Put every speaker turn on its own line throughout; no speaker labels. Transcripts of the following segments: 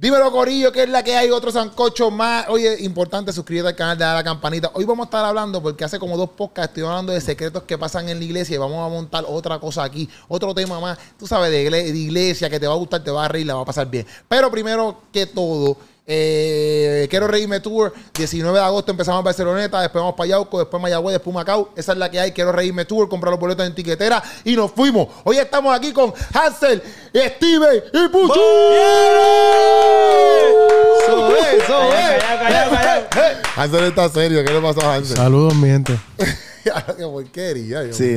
Dímelo, Corillo, que es la que hay otro sancocho más. Oye, importante, suscríbete al canal, dale a la campanita. Hoy vamos a estar hablando, porque hace como dos podcasts estoy hablando de secretos que pasan en la iglesia y vamos a montar otra cosa aquí, otro tema más. Tú sabes, de, igle- de iglesia, que te va a gustar, te va a reír, la va a pasar bien. Pero primero que todo, eh, quiero reírme tour. 19 de agosto empezamos en Barceloneta, después vamos para Yauco, después Mayagüez, después Macao. Esa es la que hay. Quiero reírme tour, comprar los boletos en tiquetera y nos fuimos. Hoy estamos aquí con Hansel, Steven y Puchu.
Eso es, eso es.
Callao, callao, callao.
Hansel está serio, ¿qué le pasó a Hansel?
Saludos, mi gente.
Qué porquería. yo.
Sí,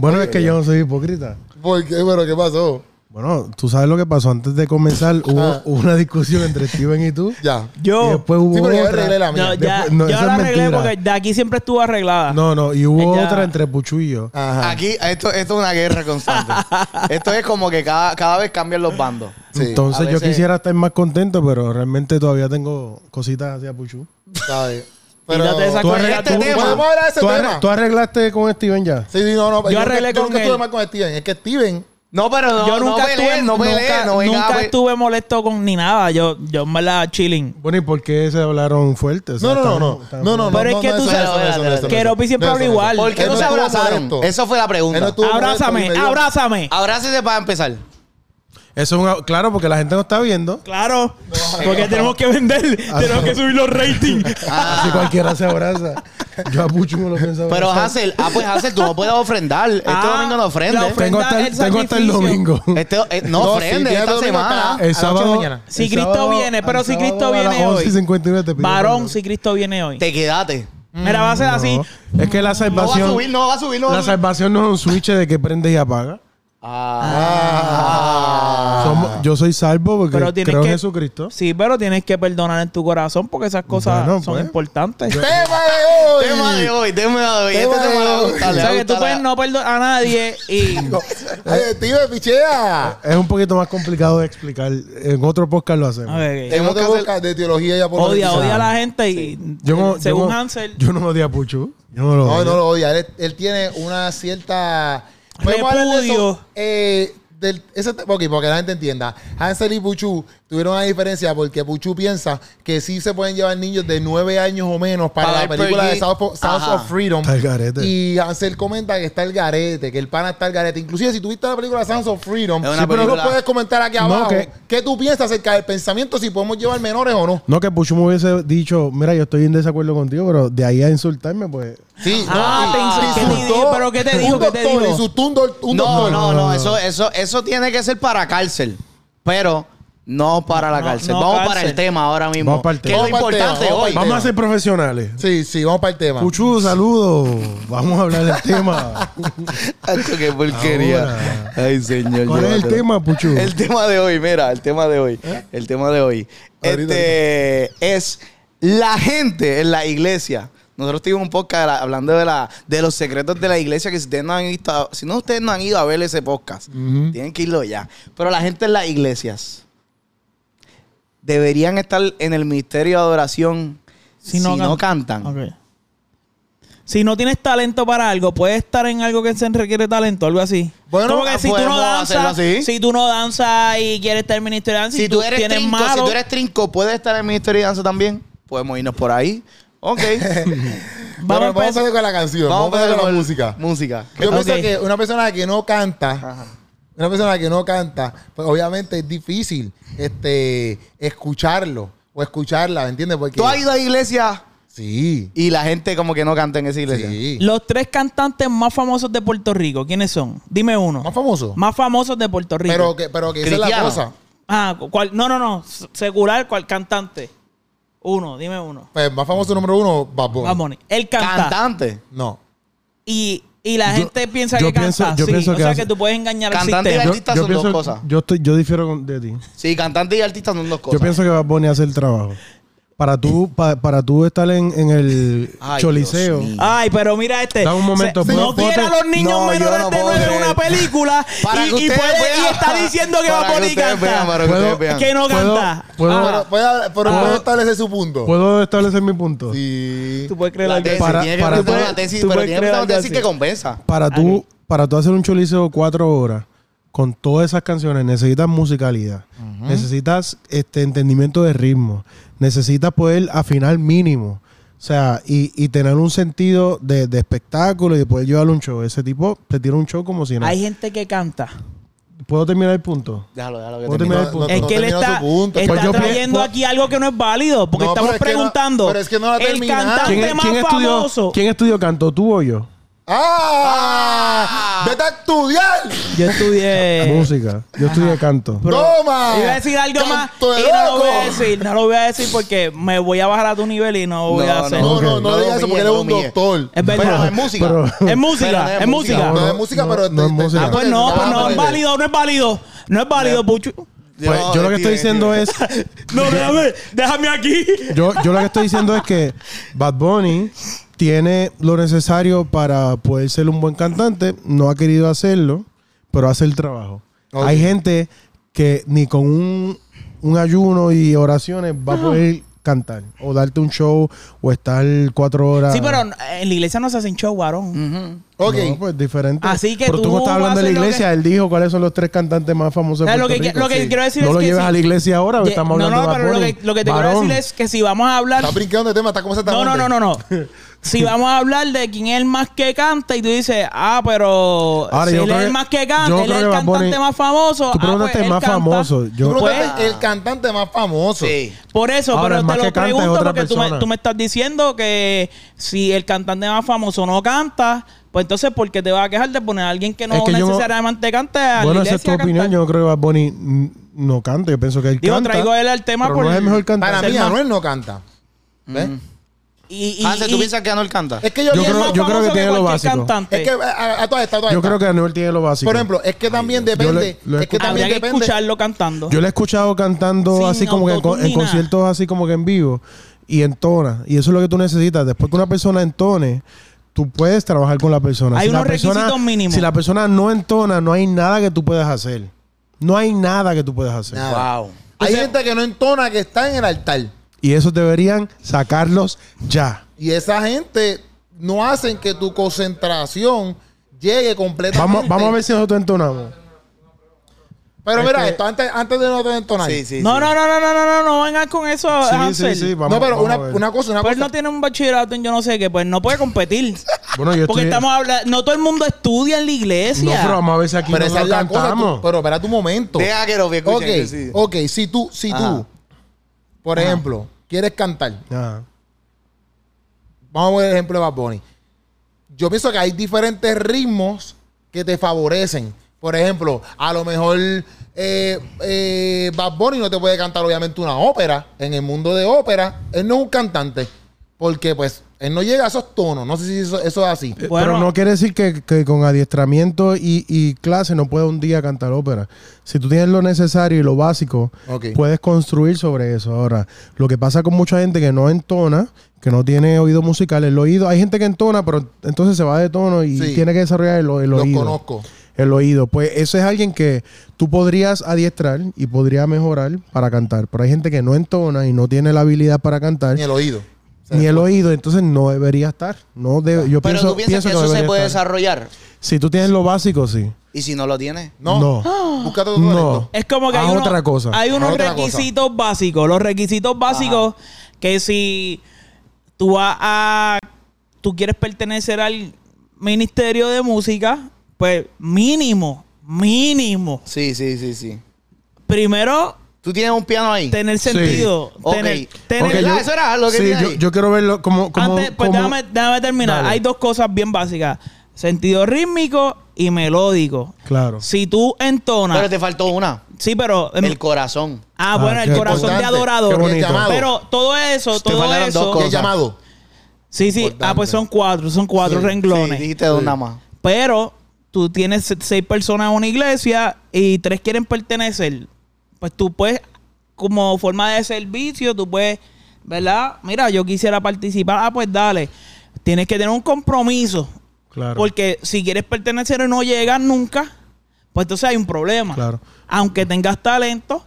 Bueno, es que yo no soy hipócrita.
¿Por qué? ¿Pero qué pasó?
Bueno, tú sabes lo que pasó antes de comenzar. Hubo, hubo una discusión entre Steven y tú.
Ah. Ya.
Y
Yo.
después hubo
Sí, pero yo
otra.
arreglé la mía.
No, ya,
Después- no,
yo
eso
la
es
arreglé
mentira.
porque de aquí siempre estuvo arreglada.
No, no, y hubo
Ella-
otra entre Puchu y yo.
Ajá.
Aquí, esto, esto es una guerra constante. esto es como que cada, cada vez cambian los bandos.
Sí,
Entonces
a
yo
veces-
quisiera estar más contento, pero realmente todavía tengo cositas hacia Puchu.
está bien.
Quítate esa
Tú
cosa,
arregla-
tú-
tú-
Podemos hablar de ese
¿Tú, arre-
tema.
tú arreglaste con Steven ya?
Sí, sí, no, no. Yo, nunca,
arreglé
yo
con
nunca
él.
estuve mal con Steven. Es que Steven.
No, pero no,
yo
no
nunca
pelees,
estuve,
no pelees,
nunca,
no vengas a
nunca
pe-
estuve molesto con ni nada. Yo, yo en verdad chilling.
Bueno, ¿y por qué se hablaron fuerte? O
No,
sea,
no, no,
estamos-
no.
estamos-
No, no, no.
Pero es
no,
que
no,
tú
eso,
sabes-
eso, eso, eso, eso,
que
eso.
Ropi siempre
No,
habla
eso,
igual.
eso.
¿Por qué
Él
no se
estuvo
abrazaron?
molesto.
Eso fue la pregunta.
Él no estuvo- Tú,
Abrázame,
Roberto, me dio-
abrázame.
Ah. Abrácese para empezar.
Eso es una- claro, porque la gente no está viendo.
Claro, porque tenemos que vender,
Ah.
tenemos que subir los ratings.
Ah.
Así cualquiera se abraza. Yo a Puchu me lo pensaba.
Pero Hansel, ah, pues Hansel, tú no puedes ofrendar. Este
Ah,
domingo no
la
ofrendes.
ofrenda
tengo hasta, el,
el
tengo hasta el
sacrificio.
domingo.
Este, eh, no,
No, sí,
ofrendes
tiene
esta
todo el domingo
semana.
acá.
El
A las
sábado.
ocho de la mañana.
Si
el
Cristo
sábado-
viene, pero
el
si Cristo
sábado a las
viene hoy.
11:59 te pido
Varón,
perdón.
si Cristo viene hoy.
Te quédate.
Mira, va a ser
No.
así.
Es que la
No va a
salvación.
subir, no va a subir, no va
la
a subir.
salvación no es un switch de que prende y apaga.
Ah.
Somos- yo soy salvo porque
Pero tienes
creo
que-
en Jesucristo.
Sí, pero tienes que perdonar en tu corazón porque esas cosas
Bueno,
son
pues.
importantes.
Tema de hoy.
Tema de hoy, tema de hoy.
Tema
Este
de
tema le va a
hoy.
gustar,
O
le va
sea,
a
que tú
gustar.
puedes no perdonar a nadie y...
Ay, Steven, pichea.
Es un poquito más complicado de explicar. En otro podcast lo hacemos.
A ver,
Tenemos
Tenemos que
que
hacer-
buscar de teología y
odia,
apologética.
odia a la gente y...
Yo no- yo
según
no-
Hansel...
Yo no odio a Puchu. Yo no lo
No,
odio.
no lo odia. Él, él tiene una cierta. Podemos hablar de eso,
Repudio.
eh, del- ese te- ok, porque la gente entienda. Hansel y Puchu tuvieron una diferencia porque Puchu piensa que sí se pueden llevar niños de 9 años o menos para,
Para
la
el
película de
pergi-
South, of- South
Ajá.
of Freedom.
Está el garete.
Y Hansel comenta que está el garete, que el pana está el garete. Inclusive si tuviste la película Sounds of Freedom,
Es una
sí, pero no
película-
puedes comentar aquí
No,
abajo
que-
qué tú piensas acerca del pensamiento si podemos llevar menores o no.
No, que Puchu me hubiese dicho, mira, yo estoy en desacuerdo contigo, pero de ahí a insultarme, pues.
Sí,
Ah,
no,
te
y-
insultó. ¿Qué te dijo? ¿Pero qué te
Un
dijo? ¿Qué te
doctor,
dijo?
Insultó un, doc- un
No,
doctor.
no, no, eso, eso, eso tiene que ser para cárcel. Pero no para la
No,
cárcel.
no
vamos
cárcel.
para el tema ahora mismo.
Vamos para el
Que
tema.
es lo
Vamos para el
importante
tema,
hoy.
vamos
Vamos a ser profesionales.
Sí, sí, vamos para el
Ah.
tema.
Puchu, saludos. Vamos a hablar del tema.
Hacho, qué porquería.
Ahora.
Ay, señor.
¿Cuál es el
llévatelo.
tema, Puchu?
El tema de hoy, mira, el tema de hoy. El tema de hoy.
Ahorita,
Este es la gente en la iglesia. Nosotros tuvimos un podcast de la- hablando de, la, de los secretos de la iglesia que si ustedes no han visto, a- si no ustedes no han ido a ver ese podcast, tienen que irlo ya. Pero la gente en las iglesias deberían estar en el ministerio de adoración si no, cantan.
Ok. Si no tienes talento para algo, puedes estar en algo que se requiere talento, algo así.
Bueno,
Como que si tú no
podemos hacerlo
danzas,
así.
si tú no danzas y quieres estar en ministerio de danza,
Si,
y
tú, eres
tienes
trinco, si
malo,
tú eres trinco, puedes estar en el ministerio de danza también. Podemos irnos por ahí. Ok.
Pero
vamos a
vamos a
empezar.
empezar con la canción. Vamos, a empezar con la música.
Música.
Yo
Ok.
pienso que una persona que no canta, una persona que no canta, pues obviamente es difícil este, escucharlo o escucharla, ¿me entiendes? Porque
Tú has ido a iglesia
sí,
y la gente como que no canta en esa iglesia.
sí.
Los tres cantantes más famosos de Puerto Rico, ¿quiénes son? Dime uno.
Más famoso.
Más famosos de Puerto Rico.
pero que, pero que esa es la
Cristiano.
cosa.
Ah, ¿cuál? No, no, no. S- Secular, ¿cuál cantante? Uno, dime uno.
Pues más famoso número uno, Bad Bunny.
Vamos, él canta.
Cantante.
No.
Y, y la
Yo-
gente piensa
yo
que
pienso-
canta.
yo
sí.
pienso
o
que
sea
hace-
que tú puedes engañar al
Cantante y
sistema.
artista. artistas son dos cosas.
Yo, estoy, yo difiero con- de ti.
Sí, cantante y artista son dos cosas.
Yo pienso que Bad Bunny hace el trabajo. Para tú, pa- para tú estar en, en el
Ay,
Choliseo.
Dios mío.
Ay, pero mira este.
Dame un momento,
Se-
¿puedo-
no
puedo
quiere a
hacer-
los niños
No, yo
menores
no
de
puedo
9 en
creer.
una película
Para
y,
que
y
ustedes
puede-
vean.
y está diciendo que
Para
va a poner y
ustedes vean, para
canta.
que
Puedo-
ustedes vean.
Que no
¿Puedo-
canta.
puedo-
Ah,
Pero, puede, hablar- pero
Ah.
puede establecer su punto.
¿Puedo establecer mi punto?
Sí.
tú puedes creer
La
algo
tesis,
así.
Para-
tiene que
para-
presentar una
tú-
tesis,
tú
pero
puedes
tiene que presentar
crear
una
algo
tesis
así.
que convenza.
Para tú, para tú hacer un Choliseo cuatro horas, con todas esas canciones necesitas musicalidad, necesitas este entendimiento de ritmo, necesitas poder afinar mínimo. O sea, y, y tener un sentido de, de espectáculo y de poder llevarlo a un show. Ese tipo te tira un show como si no.
Hay gente que canta.
¿Puedo terminar el punto?
Déjalo, déjalo. que
Vos
termine.
terminas-
No,
No,
es que él
terminó
está,
su punto.
está
Pues yo-
trayendo
pues-
aquí algo que no es válido. Porque
No,
estamos
pero es que no-
preguntando.
pero es que no la
el
terminaste.
cantante
¿Quién,
más
quién estudió,
famoso.
¿Quién estudió canto, tú o yo?
¡Ah! ¡Vete a estudiar!
Yo estudié.
Música. Yo estudié canto.
¡Toma!
Iba a decir algo más y
¡Canto Ah. de
no lo voy a
loco!
decir, no lo voy a decir porque me voy a bajar a tu nivel y no voy
No,
a hacer.
No, no,
Ok.
no,
No
digas
lo
eso porque
humille,
eres
no
un
lo humille.
doctor.
Es
Pero
verdad.
es música.
Pero- pues,
Es música,
Pero no
es música.
No,
No,
es música,
no,
pero...
no es música.
Ah, pues no,
Ah,
pues no
vale.
es válido, no es válido. No es válido, Puchu.
Pues, yo lo que estoy diciendo es.
No, déjame, déjame aquí.
Yo, yo lo que estoy diciendo es que Bad Bunny tiene lo necesario para poder ser un buen cantante. No ha querido hacerlo, pero hace el trabajo.
Ok.
Hay gente que ni con un, un ayuno y oraciones va a poder cantar o darte un show o estar cuatro horas.
Ah.
Sí, pero en la iglesia no se hacen show, varón.
Ok.
No, pues diferente.
Así que
Pero tú,
tú
no estás hablando de la
haces lo
iglesia. Él dijo cuáles son los tres cantantes más famosos.
O
de
sea, lo
Puerto
que,
Rico.
lo que
sí.
quiero decir
no
es
lo
que
lleves
si-
a la iglesia ahora,
Ye-
estamos hablando
no, no,
de Bad
pero lo
Bunny.
que, lo que te quiero
Varón.
decir es que si vamos a hablar...
Está brincando de tema, está como se está
No, no,
dónde?
no, no, no. Si vamos a hablar de quién es el más que canta y tú dices, ah, pero
Ahora,
si
yo
él es
creo
el
que-
más que
yo
canta, él
creo
es
que
el
va a poner-
cantante más famoso.
Tú
ah, pues,
preguntaste
él
más
canta.
famoso. Yo,
Tú preguntaste
Pues-
el cantante más famoso.
Sí.
Por eso,
Ahora,
pero
el más
te
que
lo
canta es
pregunto
otra
porque tú me,
persona.
tú me estás diciendo que si el cantante más famoso no canta, pues entonces ¿por qué te vas a quejar de poner a alguien que no
Es que yo no-
necesariamente cante a la
bueno, esa
iglesia
es tu
a cantar?
opinión. Yo no creo que Bad Bunny mm, no cante. Yo pienso que él
Digo,
canta.
traigo él al tema
pero
por-
no es el mejor cantante.
Para mí,
Ser más-
Anuel no canta. ¿Ves?
Mm.
Ah,
Y, y-
Hansel, ¿tú
y-
piensas que Anuel canta?
Es que yo,
Yo
y
pienso-
es
creo-
más
yo creo
famoso
que tiene lo
cualquier
básico.
cantante.
Es que a, a- a todas estas, a todas
Yo
estas.
creo que Anuel tiene lo básico.
Por ejemplo, es que también
Yo
depende.
le- lo he
es que
escuchado.
también
Habría que
depende.
escucharlo cantando.
yo le he escuchado cantando
Sin
así como que en, co-
autotune
en
ni nada.
conciertos así como que en vivo y entona. Y eso es lo que tú necesitas. Después que una persona entone, tú puedes trabajar con la persona.
Hay
la
unos
persona-
requisitos mínimos.
Si la persona no entona, no hay nada que tú puedas hacer. No hay nada que tú puedas hacer.
Nada.
Wow.
Hay gente que no entona que está en el altar.
Y esos deberían sacarlos ya.
Y esa gente no hacen que tu concentración llegue completamente.
Vamos, vamos a ver si nosotros entonamos.
Pero mira
Este-
esto, antes, antes de nosotros entonar.
Sí, sí.
no,
sí.
no, no, no, no, no, no, no vengas con eso,
Sí, sí,
Hansel.
sí. Vamos,
no, pero
vamos
una,
a ver.
una cosa, una
Pues
cosa.
no tiene un bachillerato en yo no sé qué, pues no puede competir.
Bueno, yo
Porque
estoy-
estamos ah. hablando, no todo el mundo estudia en la iglesia.
No, pero eh, vamos a ver si aquí
pero
no
esa
lo
es la cosa.
cantamos.
tú- pero espera tu momento.
Deja que lo vea, escuchen,
Ok,
que sí.
ok. Si tú, si
Ajá.
tú, por ejemplo, quieres cantar.
Ajá.
Vamos a ver el ejemplo de Bad Bunny. Yo pienso que hay diferentes ritmos que te favorecen. Por ejemplo, a lo mejor eh, eh, Bad Bunny no te puede cantar obviamente una ópera. En el mundo de ópera, él no es un cantante. Porque pues él no llega a esos tonos. No sé si eso, eso es así.
Eh,
Bueno.
Pero no quiere decir que, que con adiestramiento y, y clase no pueda un día cantar ópera. Si tú tienes lo necesario y lo básico,
Ok.
puedes construir sobre eso. Ahora, lo que pasa con mucha gente que no entona, que no tiene oído musical, el oído, hay gente que entona, pero entonces se va de tono y
Sí.
tiene que desarrollar el, o- el
Los
oído.
conozco.
El oído. Pues eso es alguien que tú podrías adiestrar y podría mejorar para cantar. Pero hay gente que no entona y no tiene la habilidad para cantar.
Ni el oído. O sea,
ni el oído, entonces no debería estar. No debe, yo
Pero
pienso,
tú piensas
pienso
que eso se
debería
puede
estar.
desarrollar.
Si tú tienes lo básico, sí.
Y si no lo tienes.
No.
No.
Búscate otro talento.
No.
Es como que
Haz
hay, uno-
ah, otra cosa.
hay unos
Haz Ah, otra cosa.
requisitos básicos. Los requisitos básicos que si tú vas a. Tú quieres pertenecer al Ministerio de Música, pues mínimo, mínimo.
Sí, sí, sí, sí.
Primero,
Tú tienes un piano ahí.
tener sentido.
Ok.
Tener,
Ok,
tener-
Ok, yo-
Eso era lo que
sí,
tenía
yo,
ahí.
yo quiero verlo como. como,
Antes, pues
como-
déjame, déjame terminar.
Dale.
Hay dos cosas bien básicas: sentido rítmico y melódico.
Claro.
Si tú entonas.
Pero te faltó una.
sí, pero.
El corazón.
ah,
Ah,
bueno, el
qué
corazón de
importante.
adorado.
Qué bonito.
Y el llamado.
Pero todo eso,
Te
todo
faltaron dos
eso.
Y el
cosas.
llamado.
Sí, sí. Ah,
Importante.
pues son cuatro, son cuatro
Sí,
renglones.
Sí, dijiste de una más.
Pero tú tienes se- seis personas en una iglesia y tres quieren pertenecer. Pues tú puedes, como forma de servicio, tú puedes, ¿verdad? Mira, yo quisiera participar. Ah, pues dale. Tienes que tener un compromiso.
Claro.
Porque si quieres pertenecer y no llegas nunca, pues entonces hay un problema.
Claro.
Aunque tengas talento,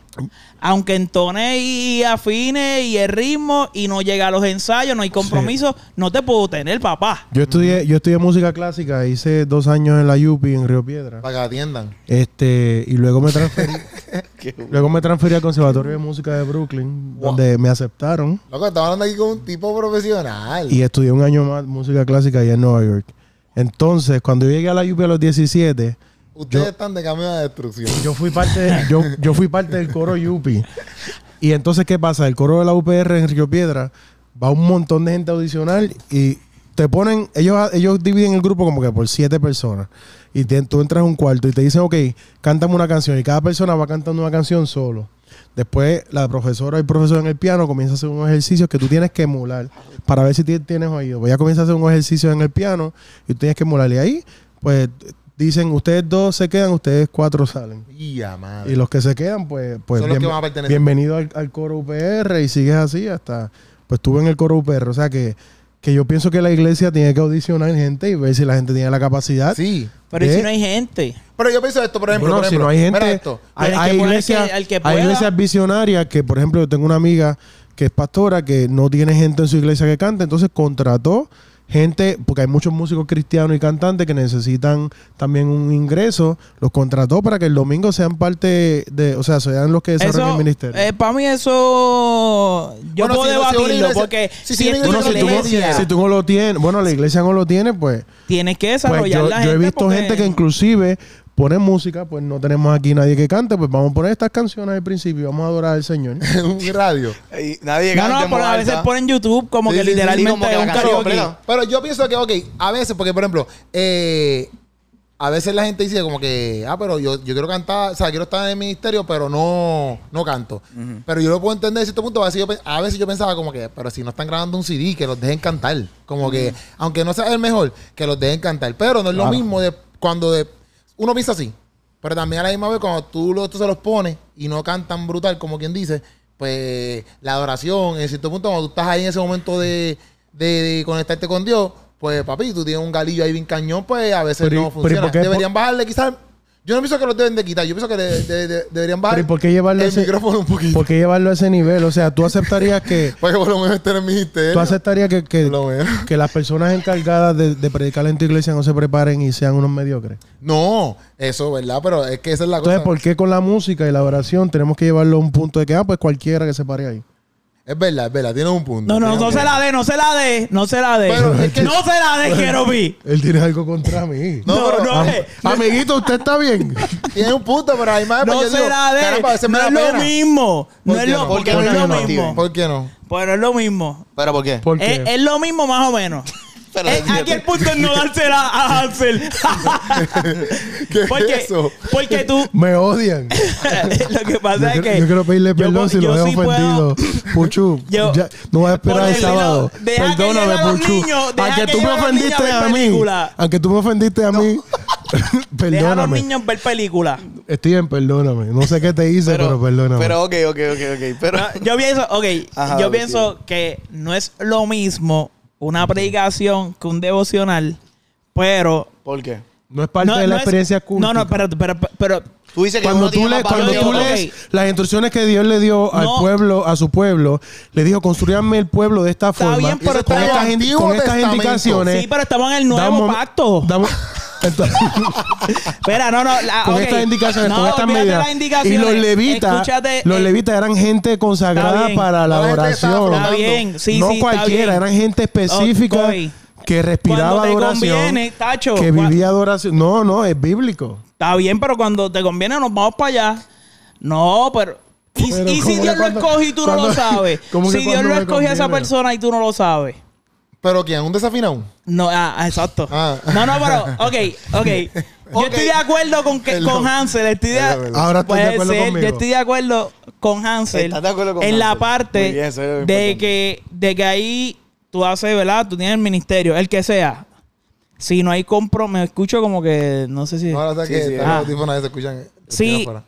Aunque entone y afine y el ritmo y no llega a los ensayos, no hay compromiso, no te puedo tener, papá.
Yo estudié, yo estudié música clásica, hice dos años en la Yupi en Río Piedra.
Para que la atiendan.
Este, y luego me transferí, luego me transferí al Conservatorio de Música de Brooklyn, donde me aceptaron
Loco, estamos hablando aquí con un tipo profesional.
y estudié un año más música clásica allá en Nueva York. Entonces, cuando yo llegué a la Yupi a los 17,
Ustedes
yo-
están de camino a la destrucción.
yo fui parte yo, yo fui parte del coro Yupi. Y entonces, ¿qué pasa? El coro de la UPR en Río Piedra va un montón de gente a audicionar y te ponen, ellos, ellos dividen el grupo como que por siete personas. Y te- tú entras a un cuarto y te dicen, ok, cántame una canción. Y cada persona va cantando una canción solo. Después, la profesora y el profesor en el piano comienza a hacer unos ejercicios que tú tienes que emular para ver si ti- tienes oído. Pues ya comienza a hacer unos ejercicios en el piano y tú tienes que emular. Y ahí, pues dicen, ustedes dos se quedan, ustedes cuatro salen.
Ya, madre.
Y los que se quedan, pues, pues
Son los que
bienve-
van a pertenecer.
bienvenido al, al coro UPR y sigues así hasta, pues estuve en el coro UPR. O sea que, que yo pienso que la iglesia tiene que audicionar gente y ver si la gente tiene la capacidad.
Sí.
Pero ¿y
¿Qué?
si no hay gente?
Pero yo pienso esto, por ejemplo.
Bueno,
por
si
ejemplo,
no hay
mira
gente,
esto.
hay,
Tienes que
hay
poner
iglesias,
que- al que
hay
pueda.
iglesias visionarias que, por ejemplo, yo tengo una amiga que es pastora que no tiene gente en su iglesia que cante, entonces contrató gente, porque hay muchos músicos cristianos y cantantes que necesitan también un ingreso, los contrató para que el domingo sean parte de, o sea, sean los que desarrollen el
Eso, eh,
ministerio.
para mí eso yo
Bueno,
puedo
si- si una
debatirlo
iglesia-
porque
si- si
si
una
es tu
Bueno, si tú, no,
iglesia,
si tú no lo tienes, bueno, la iglesia no lo tiene, pues,
tienes que
pues,
desarrollar
yo,
la
yo
gente.
he visto
porque-
gente que inclusive pone música, pues no tenemos aquí nadie que cante, pues vamos a poner estas canciones al principio, y vamos a adorar al Señor.
un radio.
Y nadie
No,
canta
no,
en
pero
voz
a veces
alta.
ponen YouTube como
Sí,
que
sí, sí, sí,
literalmente
como que
es
la
un
canción
karaoke.
completa.
Pero yo pienso que, ok, a veces, porque por ejemplo, eh, a veces la gente dice como que, ah, pero yo, yo quiero cantar, o sea, quiero estar en el ministerio, pero no, no canto. Pero yo lo puedo entender a cierto punto. A veces, yo, pe- a veces yo pensaba como que, pero si no están grabando un CD, que los dejen cantar. Como que, aunque no sea el mejor, que los dejen cantar. Pero no es lo mismo de cuando de, uno piensa así. Pero también a la misma vez, cuando tú, lo, tú se los pones y no cantan brutal, como quien dice, pues la adoración, en cierto punto, cuando tú estás ahí en ese momento de, de- de conectarte con Dios, pues papi, tú tienes un galillo ahí bien cañón, pues a veces
Pero y-
no
pero ¿y
funciona.
por qué?
Deberían bajarle quizás. Yo no pienso que los deben de quitar, yo pienso que de- de- de- deberían bajar
Pero ¿y por qué llevarlo a
el
ese-
micrófono un poquito.
¿Por qué llevarlo a ese nivel? O sea, tú aceptarías que...
Para que por lo menos este estén en el ministerio.
¿Tú aceptarías que, que,
Lo veo.
que las personas encargadas de, de predicar en tu iglesia no se preparen y sean unos mediocres?
No, eso, ¿verdad? Pero es que esa es la
Entonces,
cosa.
¿por qué con la música y la oración tenemos que llevarlo a un punto de que, ah, pues cualquiera que se pare ahí?
Es verdad, es verdad, tienes un punto.
No, no,
Tienes
no
un
se
punto.
la dé, no se la dé, no se la dé.
Pero es que-
No se la dé, quiero vi.
Él tiene algo contra mí.
No,
No,
pero-
no,
Am-
eh,
amiguito, ¿usted está bien?
Tienes un punto, pero a la misma vez,
no
pues, yo
se
digo,
la dé.
caramba, a veces me
No
da
es lo
pena.
mismo.
¿Por
No es
qué
lo
no? ¿Por
qué
no
no
es
lo
lo
motiven?
mismo.
¿Por qué no?
Pero es lo mismo.
¿Pero por qué?
¿Por
Es,
qué?
es lo mismo más o menos.
Pero
Es- aquí el punto es no dársela a Hansel.
¿Qué es
porque,
eso?
porque tú...
Me odian.
lo que
Yo,
pasa es
creo-
que...
yo quiero pedirle
yo
perdón
po-
si lo
yo
he
sí puedo-
ofendido. Puchu,
Yo-
ya- no voy a esperar
Por
el
el lado,
sábado.
deja que
Perdóname,
lleguen los
Puchu.
niños, deja
Aunque
que
tú me
lleguen los niños a
ofendiste
ver
a mí.
película.
Aunque tú me ofendiste a mí.
Deja a los
Perdóname.
niños ver películas.
Steven, perdóname. No sé qué te hice, pero, perdóname.
Pero ok, ok, ok, ok. Pero,
Ah, Yo pienso, ok,
Ajá,
yo
dale,
pienso que no es lo mismo una predicación que un devocional, pero...
¿Por qué?
no es parte
no-
de
no
la
es-
experiencia culta.
No, no, pero, pero, pero
Tú dices que
Cuando
uno
tú,
tiene
le,
más valor
cuando
que
tú
otro.
le-
lees las instrucciones que Dios le dio al
No.
pueblo, a su pueblo, le dijo, construyanme el pueblo de esta forma.
bien, pero está
con,
en el
estas, in-
Antiguo
con estas
Testamento.
indicaciones.
Sí, pero estamos en el
da un
nuevo
mom-
pacto.
Eh, da un- Entonces-
Espera, no, no. la-
con
ok.
estas indicaciones,
No,
con estas
olvídate
medidas.
las indicaciones.
Y los levitas,
Escúchate,
los
eh,
levitas eran gente
Está
consagrada
bien.
para la
La gente que estaba
oración.
Está bien, sí,
no
sí, está
cualquiera,
bien.
eran gente específica
Oh, Kobe,
que respiraba
cuando te
adoración,
conviene, Tacho,
que
cua-
vivía adoración. No, no, es bíblico.
Está bien, pero cuando te conviene nos vamos para allá. No, pero... Y,
Pero
y si Dios
¿cómo que
lo
cuando-
escoge y tú no
cuando-
lo sabes.
cómo que
Si Dios
cuando
lo
me
escoge a esa
conviene?
persona y tú no lo sabes.
¿Pero quién? ¿Un desafinado?
No, ah, ah, exacto.
Ah.
No, no, pero, ok, ok. Yo
Ok.
estoy de acuerdo con, que,
Perdón.
con Hansel. Estoy de,
Perdón, perdón.
Ahora estás de
Puede
acuerdo
ser,
conmigo.
Yo estoy de acuerdo con Hansel.
¿Estás de acuerdo con
En la
Hansel?
parte
Muy bien, eso es lo
de,
importante.
que, de que ahí tú haces, ¿verdad? Tú tienes el ministerio, el que sea. Si no hay compromiso, me escucho como que, no sé si...
No, ahora sé
Sí,
que
sí,
están
ah.
los audífonos ahí, se escuchan.
Sí.
Afuera.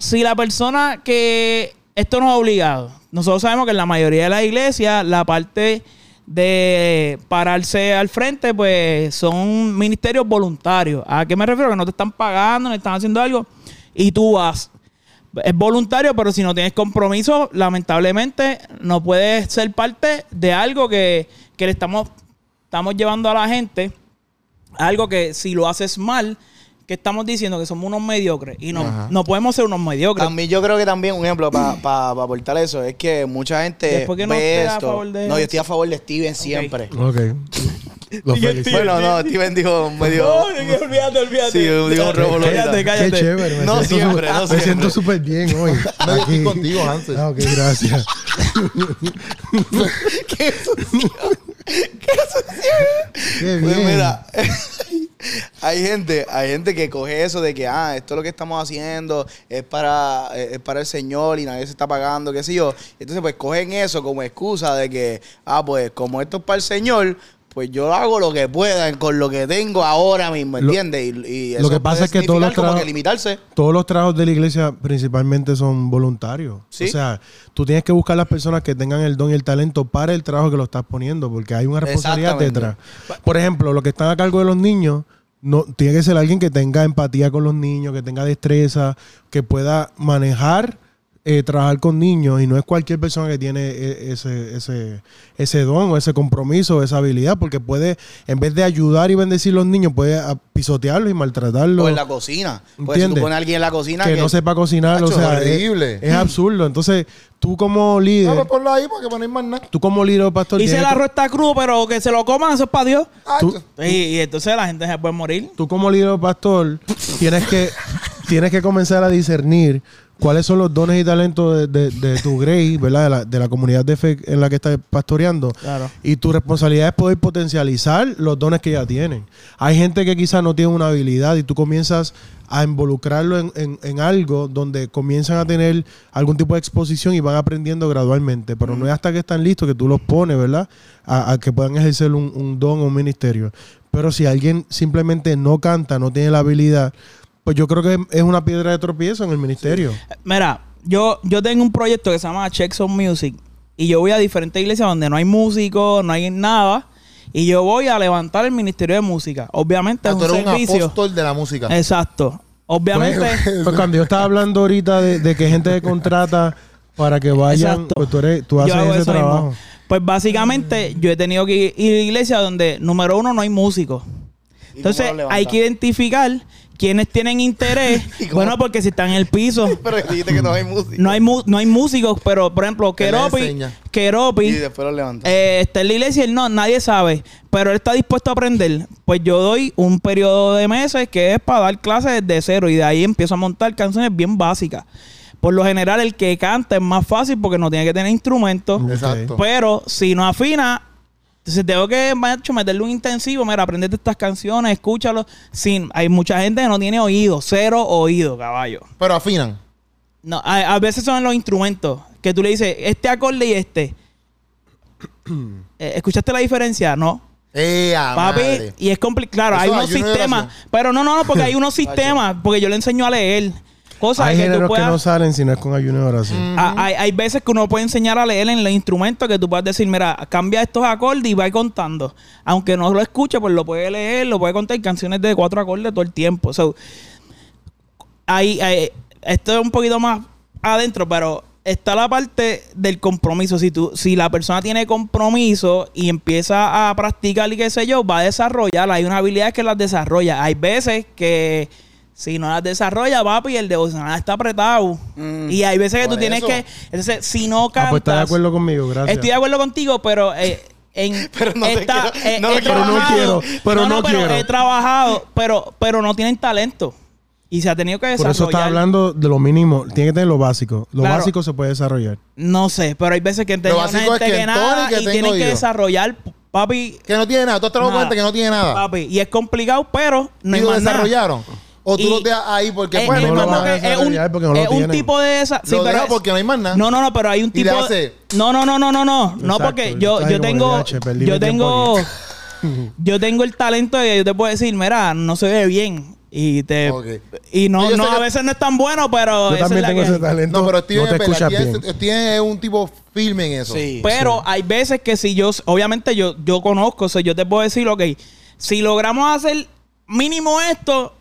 si la persona que esto nos ha obligado, nosotros sabemos que en la mayoría de las iglesias la parte de pararse al frente, pues son ministerios voluntarios. ¿A qué me refiero? Que no te están pagando, no te están haciendo algo y tú vas. Es voluntario, pero si no tienes compromiso, lamentablemente no puedes ser parte de algo que, que le estamos, estamos llevando a la gente. Algo que si lo haces mal, que estamos diciendo que somos unos mediocres. Y no, no podemos ser unos mediocres.
También yo creo que también un ejemplo para aportar eso es que mucha gente
Después que no
ve
esté a
esto.
favor de-
No, yo estoy a favor de Steven siempre.
Ok. Lo
Y el
felicito.
tío-
Bueno, no, Steven dijo medio
olvídate, olvídate.
Sí, digo, robo,
Cállate,
olvídate.
Qué
cállate.
chévere.
No
siento
siempre,
súper-
no
Me
siempre.
siento súper bien
No,
hoy.
yo estoy
Aquí.
contigo, Hansel.
Ah, ok, gracias.
¿Qué sucio? ¿Qué sucio?
Qué
Pues
bien.
mira, hay gente, hay gente que coge eso de que ah, esto es lo que estamos haciendo, es para, eh, es para el Señor y nadie se está pagando, qué sé yo. Entonces, pues cogen eso como excusa de que, ah, pues, como esto es para el Señor, pues yo hago lo que pueda con lo que tengo ahora mismo,
Lo-
¿entiendes? Y, y
lo
eso
que pasa
puede
es que todos los
significar como
trabajos-
que limitarse.
Todos los trabajos de la iglesia principalmente son voluntarios.
Sí.
O sea, tú tienes que buscar las personas que tengan el don y el talento para el trabajo que lo estás poniendo, porque hay una responsabilidad detrás.
Exactamente.
Por ejemplo, los que están a cargo de los niños, no, tiene que ser alguien que tenga empatía con los niños, que tenga destreza, que pueda manejar, eh, trabajar con niños, y no es cualquier persona que tiene eh, ese, ese, ese don o ese compromiso o esa habilidad, porque puede, en vez de ayudar y bendecir a los niños, puede ah, pisotearlos y maltratarlos
O en la cocina. Pues si tú
¿Entiendes?
pones a alguien en la cocina
que, no sepa cocinar, o
Hacho,
sea, es,
horrible.
es absurdo. Entonces, tú como
No,
líder,
pues ponlo ahí porque no hay más nada.
tú como líder o pastor,
Dice
tienes
el
que-
arroz está crudo, pero que se lo coman, eso es para Dios.
Hacho.
tú,
Y, y entonces la gente se puede morir.
tú como líder o pastor, tienes que tienes que comenzar a discernir cuáles son los dones y talentos de, de- de tu Grey, ¿verdad? De la, de la comunidad de fe en la que estás pastoreando.
Claro.
Y tu responsabilidad es poder potencializar los dones que ya tienen. Hay gente que quizás no tiene una habilidad y tú comienzas a involucrarlo en, en- en algo donde comienzan a tener algún tipo de exposición y van aprendiendo gradualmente. Pero no es hasta que están listos que tú los pones, ¿verdad? A, a que puedan ejercer un, un don o un ministerio. Pero si alguien simplemente no canta, no tiene la habilidad, pues yo creo que es- es una piedra de tropiezo en el ministerio.
Mira, yo, yo tengo un proyecto que se llama Checks on Music. Y yo voy a diferentes iglesias donde no hay músicos, no hay nada. Y yo voy a levantar el Ministerio de Música. Obviamente
Ah,
es
tú
un
eres un
servicio.
apóstol de la música.
Exacto. Obviamente.
Pues cuando yo estaba hablando ahorita de, de que gente se contrata para que vayan,
Exacto.
pues tú, eres, tú
Yo
haces
hago
ese
eso mismo.
trabajo.
Pues básicamente yo he tenido que ir a iglesias donde, número uno, no hay músicos.
¿Y
Entonces
cómo lo
hay que identificar quiénes tienen interés.
¿Y cómo?
bueno, porque si están en el piso,
Pero dijiste que no hay música.
no hay, mu- no hay músicos, pero por ejemplo,
Él les
Keropi,
enseña.
Y
Keropi
después lo levantas.
eh, está en la iglesia y él no, nadie sabe, pero él está dispuesto a aprender. Pues yo doy un periodo de meses que es para dar clases desde cero y de ahí empiezo a montar canciones bien básicas. Por lo general, el que canta es más fácil porque no tiene que tener instrumentos.
Exacto.
Pero si no afina, entonces tengo que macho, meterle un intensivo. Mira, aprendete estas canciones, escúchalo. Sin, hay mucha gente que no tiene oído, cero oído, caballo.
Pero afinan.
No, a, a veces son los instrumentos que tú le dices, este acorde y este. Eh, ¿Escuchaste la diferencia? No.
Eh, a
Papi,
madre.
y es complicado. Claro,
Eso
hay
hay
unos
una
sistemas.
oración.
Pero no, no, no, porque hay unos sistemas. Porque yo le enseño a leer. Cosas
Hay
que tú
géneros que
puedas.
no salen si no es con ayuno y oración.
Ah, hay, hay veces que uno puede enseñar a leer en los instrumentos que tú puedes decir, mira, cambia estos acordes y va contando. Aunque no lo escuche, pues lo puede leer, lo puede contar. Hay canciones de cuatro acordes todo el tiempo. So, hay- hay- esto es un poquito más adentro, pero está la parte del compromiso. Si, tú, si la persona tiene compromiso y empieza a practicar y qué sé yo, va a desarrollar. Hay unas habilidades que las desarrolla. Hay veces que si no las desarrolla, papi, el devocional está apretado.
Mm,
y hay veces que tú
por
tienes
eso.
que... Entonces, si no
Ah,
cantas...
pues estás de acuerdo conmigo, gracias.
Estoy de acuerdo contigo, pero... eh, en,
Pero no te
está-
quiero-
eh,
no
he
te quiero.
trabajado-
Pero no quiero, pero no quiero.
he trabajado, pero, pero no tienen talento. Y se ha tenido que
Por
desarrollar.
eso estás hablando de lo mínimo. Tiene que tener lo básico. Lo
Claro.
básico se puede desarrollar.
No sé, pero hay veces que entiendo una
básico es
gente que,
que en
nada
todo el que
y
tengo
tienen que
oído.
desarrollar, papi,
Que no tiene nada. Tú te das
Nada.
cuenta este que no tiene nada.
papi. Y es complicado, pero no
¿Y
hay
lo
más nada.
desarrollaron? ¿O tú
Y-
lo dejas ahí porque
Eh,
pues,
es
no lo
como
van a
que es un,
desarrollar porque no lo
es un
tienen.
tipo de esa. sí,
Lo
pero
dejas
es-
porque no hay más nada.
No, no, no, pero hay un
Y
tipo.
le
de-
hace-
No, no, no, no, no, no. No,
Exacto,
porque
yo
yo,
estaba
yo
como
tengo.
de, "H, perdí
yo
mi tiempo
tengo. Yo tengo el talento de yo te puedo decir, mira, no se ve bien. Y te.
Ok.
Y no,
Yo sé
no, a
que-
veces no es tan bueno, pero.
Yo
esa es
también
la
tengo
que
ese
hay.
talento.
No, pero Steven,
no te
espera,
escuchas
Steven-
bien.
Steven es un tipo firme en eso.
sí.
Pero hay veces que si yo, obviamente yo, yo conozco, o sea, yo te puedo decir, ok, si logramos hacer mínimo esto,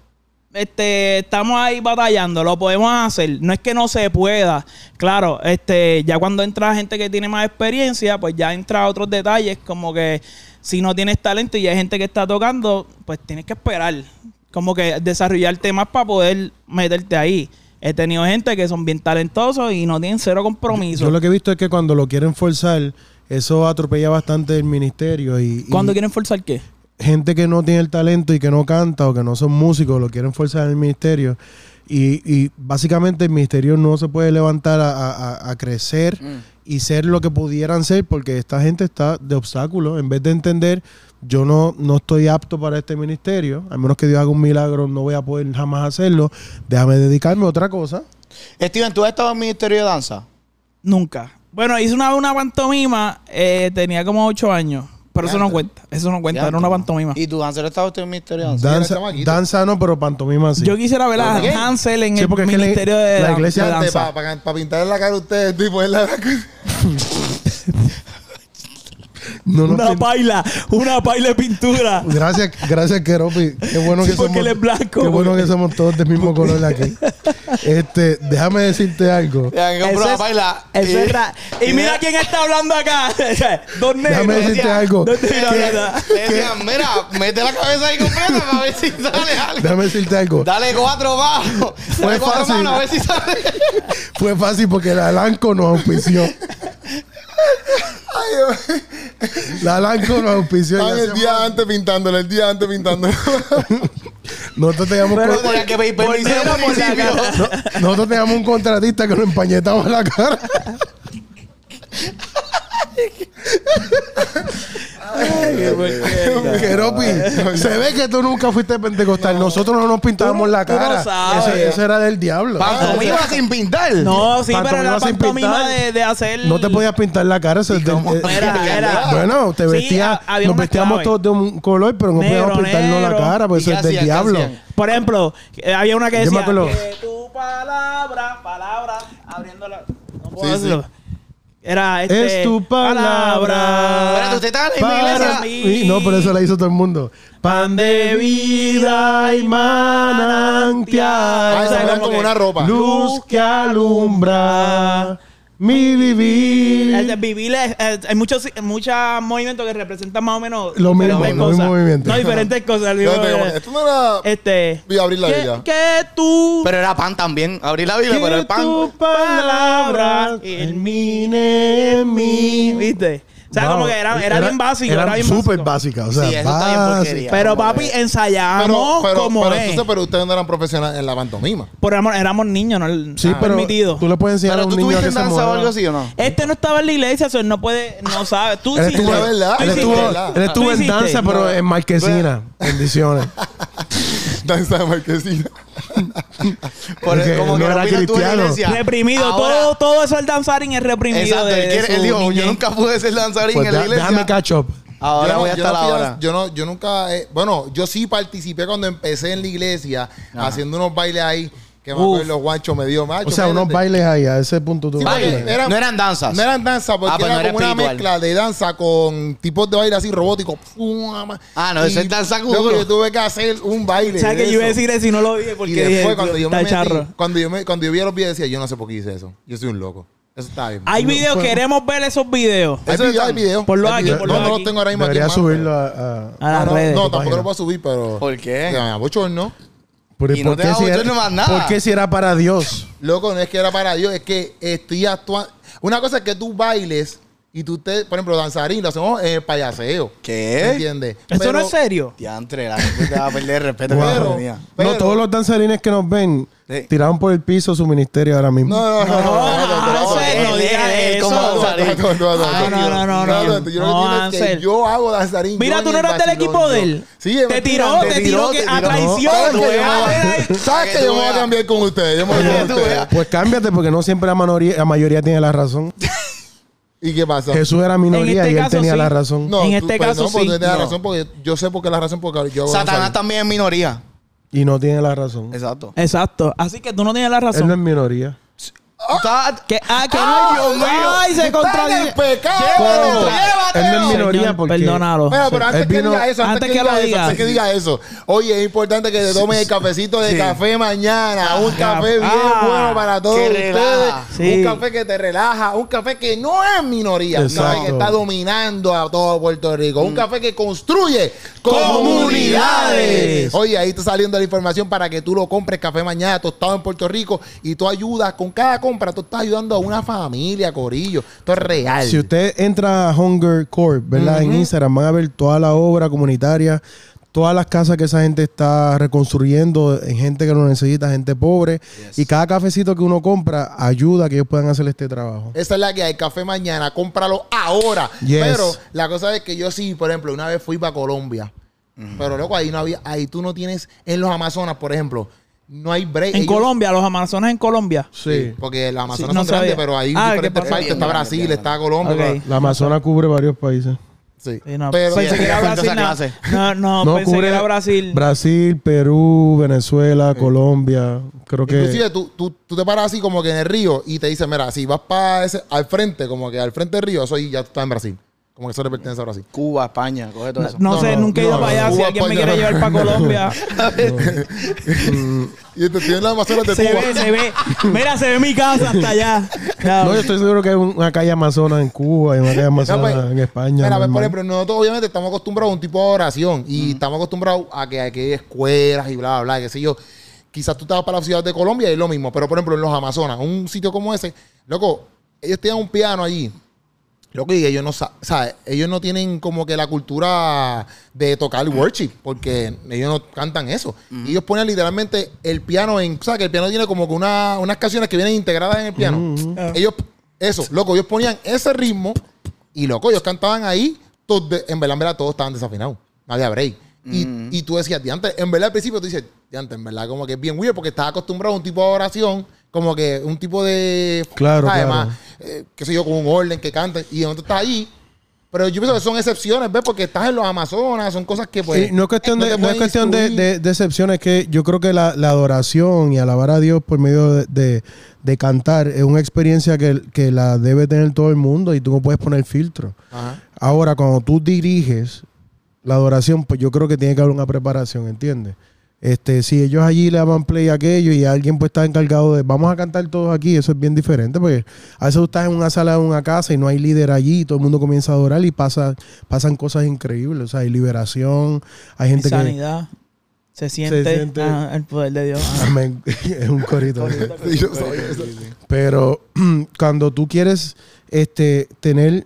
este, estamos ahí batallando, lo podemos hacer. No es que no se pueda. Claro, este, ya cuando entra gente que tiene más experiencia, pues ya entra otros detalles, como que si no tienes talento y hay gente que está tocando, pues tienes que esperar. Como que desarrollarte más para poder meterte ahí. He tenido gente que son bien talentosos y no tienen cero compromiso.
Yo lo que he visto es que cuando lo quieren forzar, eso atropella bastante el ministerio. Y, y
¿Cuándo quieren forzar qué?
gente que no tiene el talento y que no canta o que no son músicos, lo quieren forzar en el ministerio. Y, y básicamente el ministerio no se puede levantar a, a- a- a crecer y ser lo que pudieran ser porque esta gente está de obstáculo. En vez de entender, yo no, no estoy apto para este ministerio, a menos que Dios haga un milagro, no voy a poder jamás hacerlo. Déjame dedicarme a otra cosa.
Steven, ¿tú has estado en Ministerio de Danza?
Nunca. Bueno, hice una, una pantomima, eh, tenía como ocho años. Pero eso no
Diantre.
cuenta, eso no cuenta, era una pantomima.
¿Y tú, Hansel, has estado en Ministerio de Danza?
era
Danza,
chamaquito.
danza no, pero pantomima sí.
Yo quisiera ver a
¿Por qué?
Hansel en
Sí,
el
porque es que la-
ministerio de,
la
dan-
iglesia
de danza.
Para pintarle la cara a ustedes y ponerla
No, no,
una
sí.
paila, una paila de pintura.
Gracias, gracias, Keropi. Qué bueno
Sí,
que
porque
somos.
él es blanco,
Qué bueno
porque-
que somos todos del mismo color aquí. Este, déjame decirte algo.
Ya, que compró
Eso
la
es-
baila.
eso
Y-
es ra- y mira quién está hablando acá. Dos negros.
Déjame decirte algo.
Dos negros hablando.
Le decían, mira, mete la cabeza ahí completa para ver si sale algo.
Déjame decirte algo.
Dale cuatro manos. Dale cuatro
fácil.
manos a ver si sale.
Fue fácil porque la Lanco nos auspició. La Lanco nos auspició. y
el
hacemos-
día antes pintándole, el día antes pintándole.
Nosotros teníamos,
Pero-
No tenía que pedir permiso del
Volvemos por la
municipio.
cara.
con- nosotros teníamos un contratista que nos empañetaba la cara. Keropi, se ve que tú nunca fuiste pentecostal. Nosotros no nos pintábamos la
tú no
cara.
sabes.
Eso, eso era del diablo.
Pantomima sin pintar.
No, sí, pero
Pantomima
la
sin
pantomima
pintar.
de, de hacer.
No te podías pintar la cara. Eso es del- eh,
Era, era.
Bueno, te
Sí,
vestías,
ha- había
nos
una
vestíamos
clave.
todos de un color, pero no
Negro,
podíamos pintarnos la
negro.
cara, pues eso
¿Y qué
es del
hacían? ¿Qué
diablo.
hacían?
Por ejemplo, eh, había una que
Yo me
decía
acuerdo.
que tu palabra, palabra, abriéndola. No puedo
Sí, sí.
hacerlo. Era este,
Es tu palabra.
Espérate, usted está en la
Para
iglesia.
mí.
Sí, no, pero eso la hizo todo el mundo. Pan de vida y
Ah,
Ah,
esa
se
manantial,
era
ven
como
como
que-
una ropa.
luz que alumbra mi
El de
vivir.
vivir es- es- hay muchos muchos movimientos que representan más o menos
Lo mismo,
diferentes
lo mismo
cosas.
movimiento.
No, diferentes cosas. el mismo
Fíjate como-
movimiento.
Esto no era.
este,
Voy a abrir la
que-
Biblia.
Que tú
Pero era pan también. Abrí la Biblia, pero
Que
el pan.
tu palabra termine en mí.
¿Viste? O sea, como que era, era, bien básico. Era, bien
súper
básico.
básica. O sea,
Sí, eso está bien
básica.
porquería.
Pero
Como
papi,
que-
ensayamos
pero, pero,
como
pero,
es.
entonces, pero ustedes no eran profesionales en la pantomima.
Por amor, éramos niños, no
Sí,
no
pero
permitido.
tú le puedes enseñar a
Pero
un
tú
niño
tuviste
que
en
se
danza o
mueva.
algo así o no.
Este no estaba en la iglesia, eso él no puede, no sabe. Tú
Él
sí.
estuvo,
Es verdad,
él
es
estuvo-
verdad.
él estuvo
Tú
en
hiciste.
danza, pero en Marquesina. Bendiciones.
Danza de marquesina.
Por-
Porque
como
no
que
era
lo pides tú en la
cristiano.
iglesia.
Reprimido,
Ahora-
todo, todo eso al danzarín es reprimido.
Exacto,
de-
él,
de
quiere-
su
él dijo,
niñez.
yo nunca pude ser danzarín
Pues
en la
da-
iglesia.
déjame catch up.
Ahora
Yo no-
voy a
yo
estar
no fui a-
ahora.
Yo no, yo nunca, eh, bueno, yo sí participé cuando empecé en la iglesia haciendo unos bailes ahí que me
Uf.
acuerdo los guanchos me dio macho.
O sea, unos
espérate.
bailes ahí, a ese punto tú.
Sí,
vas a
porque
Baile.
tener.
eran-
No eran danzas.
No eran danzas, porque
Ah, pues
era
no era
como una
espiritual.
mezcla de danza con tipos de baile así robóticos.
Ah, no, eso es danza
Loco,
duro.
Yo tuve que hacer un baile.
O sea,
de
que yo iba a
eso.
decir eso y no lo dije porque
Y después,
dije,
cuando yo me
"Está
metí,
charro".
cuando yo me, cuando yo vi los videos, decía, yo no sé por qué hice eso. Yo soy un loco. Eso está bien.
Hay videos, queremos ver esos videos.
Eso
Hay
está- hay
video.
videos.
Ponlo
hay
aquí,
videos.
ponlo
no, no
aquí.
los tengo ahora mismo.
Debería
aquí en mano,
subirlo
pero-
a.
A
a-
no,
las
no,
redes.
no,
tu
tampoco
página.
lo voy a subir, pero.
¿Por qué?
Que me abochorno.
Pero
Y no
¿por
te
qué
vas a
si
volver
era-
más nada.
¿Por qué si era para Dios?
Loco, no es que era para Dios, es que estoy actuando. Una cosa es que tú bailes y tú te, por ejemplo, danzarín, lo hacemos en el payaseo.
¿Qué?
¿Entiendes?
¿Esto
Pero-
no es serio?
Diantre, la gente te va a perder el respeto que
Pero-
yo tenía.
pero-
no, todos los danzarines que nos ven
Sí.
tiraron por el piso su ministerio ahora mismo.
No, no, no, no, no, no,
No,
no, no,
Hansel,
no,
no
Él,
digas
él, él,
eso.
como danzarín.
No, no, no,
Ah, no, no, no, no.
No, no, yo lo
No,
que digo es que
Hansel.
yo hago danzarín.
Mira,
yo
tú
en
no
el
eras del
vacilón,
equipo
yo-
de él.
Sí, él
Te
me
tiró,
tiró,
te
te
tiró
tiró,
que
te
a
¿Sabes
tiró.
traición.
que, yo me
Era-
voy a- ¿sabes que yo me voy a cambiar con ustedes? Yo me voy a cambiar
Tú
con ustedes.
veas.
Pues cámbiate porque no siempre la manoría- la mayoría tiene la razón.
¿Y qué pasa?
Jesús era minoría
este
y él
caso,
tenía
sí.
la razón.
No,
En
tú-
este
pues,
caso,
no, pues,
sí.
tú tienes
No.
la razón porque yo sé por qué la razón porque yo hago
Satanás
danzarín.
también es Eh, minoría.
Y no tiene la razón.
Exacto.
Exacto. Así que tú no tienes la
Él no
razón.
es minoría.
Está-
Que, ah, que
¡Ay,
no.
Dios mío!
Ay, se
Está en
contradice.
el pecado.
Llévatelo,
Él no es
llévatelo.
minoría
Señor,
porque-
Perdónalo.
Bueno, pero antes
Él vino-
que diga eso, antes, que, diga eso, antes que diga eso. Oye, es importante que te tomes el cafecito de
Sí.
café mañana. Un café bien
ah,
bueno para todos
que
ustedes.
relaja.
Sí.
Un café que te relaja. Un café que no es minoría. Un café que
Exacto.
está dominando a todo Puerto Rico. Un café que construye
Comunidades.
Oye, ahí está saliendo la información para que tú lo compres café mañana tostado en Puerto Rico y tú ayudas con cada compra, tú estás ayudando a una familia, Corillo. Esto es real.
Si usted entra a Hunger Corp, ¿verdad? En Instagram van a ver toda la obra comunitaria, todas las casas que esa gente está reconstruyendo, en gente que lo necesita, gente pobre. Y cada cafecito que uno compra ayuda a que ellos puedan hacer este trabajo.
Esa es la que hay, café mañana, cómpralo ahora.
Yes.
Pero la cosa es que yo sí, por ejemplo, una vez fui para Colombia. Pero loco, ahí no había, ahí tú no tienes, en los Amazonas, por ejemplo, no hay break.
En
Ellos-
Colombia, los amazonas en Colombia.
Sí, porque el Amazonas
Sí, no
son grandes,
sabía.
pero hay
Ah, ¿qué
diferentes
pasa?
partes. Está
Bien,
Brasil,
bien,
está Colombia.
Ok.
pero-
La Amazona cubre varios países.
sí.
Sí, no,
Pero
pensé que era
Falta
Brasil.
esa
nada-
clase.
No, no, pensé que era Brasil.
Brasil, Perú, Venezuela, Colombia. Creo que.
Inclusive tú, tú, tú te paras así como que en el río y te dicen, mira, si vas para ese, al frente, como que al frente del río, eso ahí ya está en Brasil. Como que eso le pertenece a Brasil.
Cuba, España, coge todo eso.
No,
No,
sé,
no,
nunca he
no,
ido
no,
para allá.
Cuba,
si alguien me
España,
quiere
no.
llevar para Colombia,
Y te tienen las Amazonas de
se
Cuba.
ve, se ve. Mira, se ve mi casa hasta allá. Ya,
No, yo estoy seguro que hay un- una calle Amazona en Cuba y una calle
No,
Amazona
pues,
en España.
mira, pues,
normal.
por ejemplo, nosotros obviamente estamos acostumbrados a un tipo de oración y estamos acostumbrados a que hay que ir a escuelas y bla, bla, bla, qué sé yo. Quizás tú estabas para la ciudad de Colombia y es lo mismo, pero por ejemplo, en los Amazonas, un sitio como ese, loco, ellos tienen un piano allí. Loco, y ellos no sa- o sea, ellos no tienen como que la cultura de tocar worship, porque ellos no cantan eso. Y ellos ponen literalmente el piano en, o sea, que el piano tiene como que una- unas canciones que vienen integradas en el piano. Ellos, eso, loco, ellos ponían ese ritmo y loco, ellos cantaban ahí, todos de- en verdad, en verdad, todos estaban desafinados. No había break. Y, y tú decías, diante, en verdad al principio tú dices, diante, en verdad, como que es bien weird porque estás acostumbrado a un tipo de oración, como que un tipo de...
Claro,
¿sabes?
claro.
Más, eh, qué sé yo, con un orden que cante y de momento estás ahí. Pero yo pienso que son excepciones, ¿ves? Porque estás en los Amazonas, son cosas que pues...
Sí, no es cuestión,
no
de,
te
no es
pueden
cuestión de,
instruir.
de- de excepciones, que yo creo que la, la adoración y alabar a Dios por medio de, de- de cantar es una experiencia que, que la debe tener todo el mundo y tú no puedes poner filtro.
Ajá.
Ahora, cuando tú diriges la adoración, pues yo creo que tiene que haber una preparación, ¿entiendes? Este, si ellos allí le daban play a aquello y alguien pues está encargado de vamos a cantar todos aquí, eso es bien diferente porque a veces tú estás en una sala de una casa y no hay líder allí y todo el mundo comienza a adorar y pasa, pasan cosas increíbles, o sea, hay liberación, hay
mi
gente que...
sanidad. Se siente,
siente-
ah, el poder de Dios. ah.
Amén. es un corito.
Sí, yo soy eso.
Pero cuando tú quieres este, tener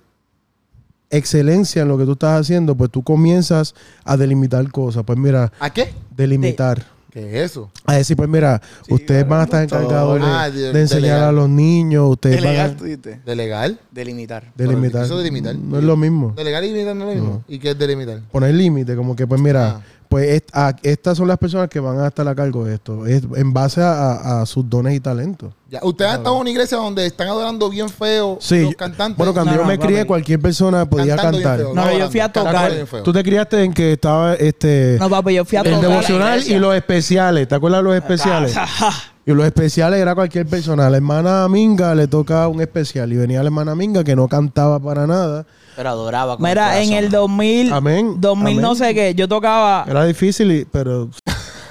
excelencia en lo que tú estás haciendo, pues tú comienzas a delimitar cosas. Pues mira,
¿A qué?
delimitar.
¿Qué es eso?
A decir, pues mira, ustedes van a estar encargados de,
Ah, de-
de enseñar
delegar.
a los niños, ustedes van
Delegar,
a
tú dijiste.
¿De legal?
Delimitar.
delimitar.
Eso de delimitar.
No es lo mismo.
¿De legal y limitar no es lo mismo? ¿Y qué es delimitar?
Poner límite, como que pues mira,
Ah.
pues est- a- estas son las personas que van a estar a cargo de esto, es, en base a, a- a sus dones y talentos.
Ya, Ustedes han estado en una iglesia donde están adorando bien feo
Sí.
los
yo-
cantantes.
Bueno, cuando
No,
yo
no,
me
papi.
crié, cualquier persona podía
cantando bien
cantar.
feo,
No, yo fui a
adorando,
tocar.
cantando bien feo.
Tú te criaste en que estaba este
No, papi, yo fui a
el
tocar.
devocional y los especiales. ¿Te acuerdas de los especiales? Y los especiales era cualquier persona. A la hermana Minga le tocaba un especial y venía la hermana Minga que no cantaba para nada.
Pero adoraba. con
Mira, en
corazón.
el 2000,
Amén,
2000 no
amén.
sé qué, yo tocaba,
Era difícil, y- pero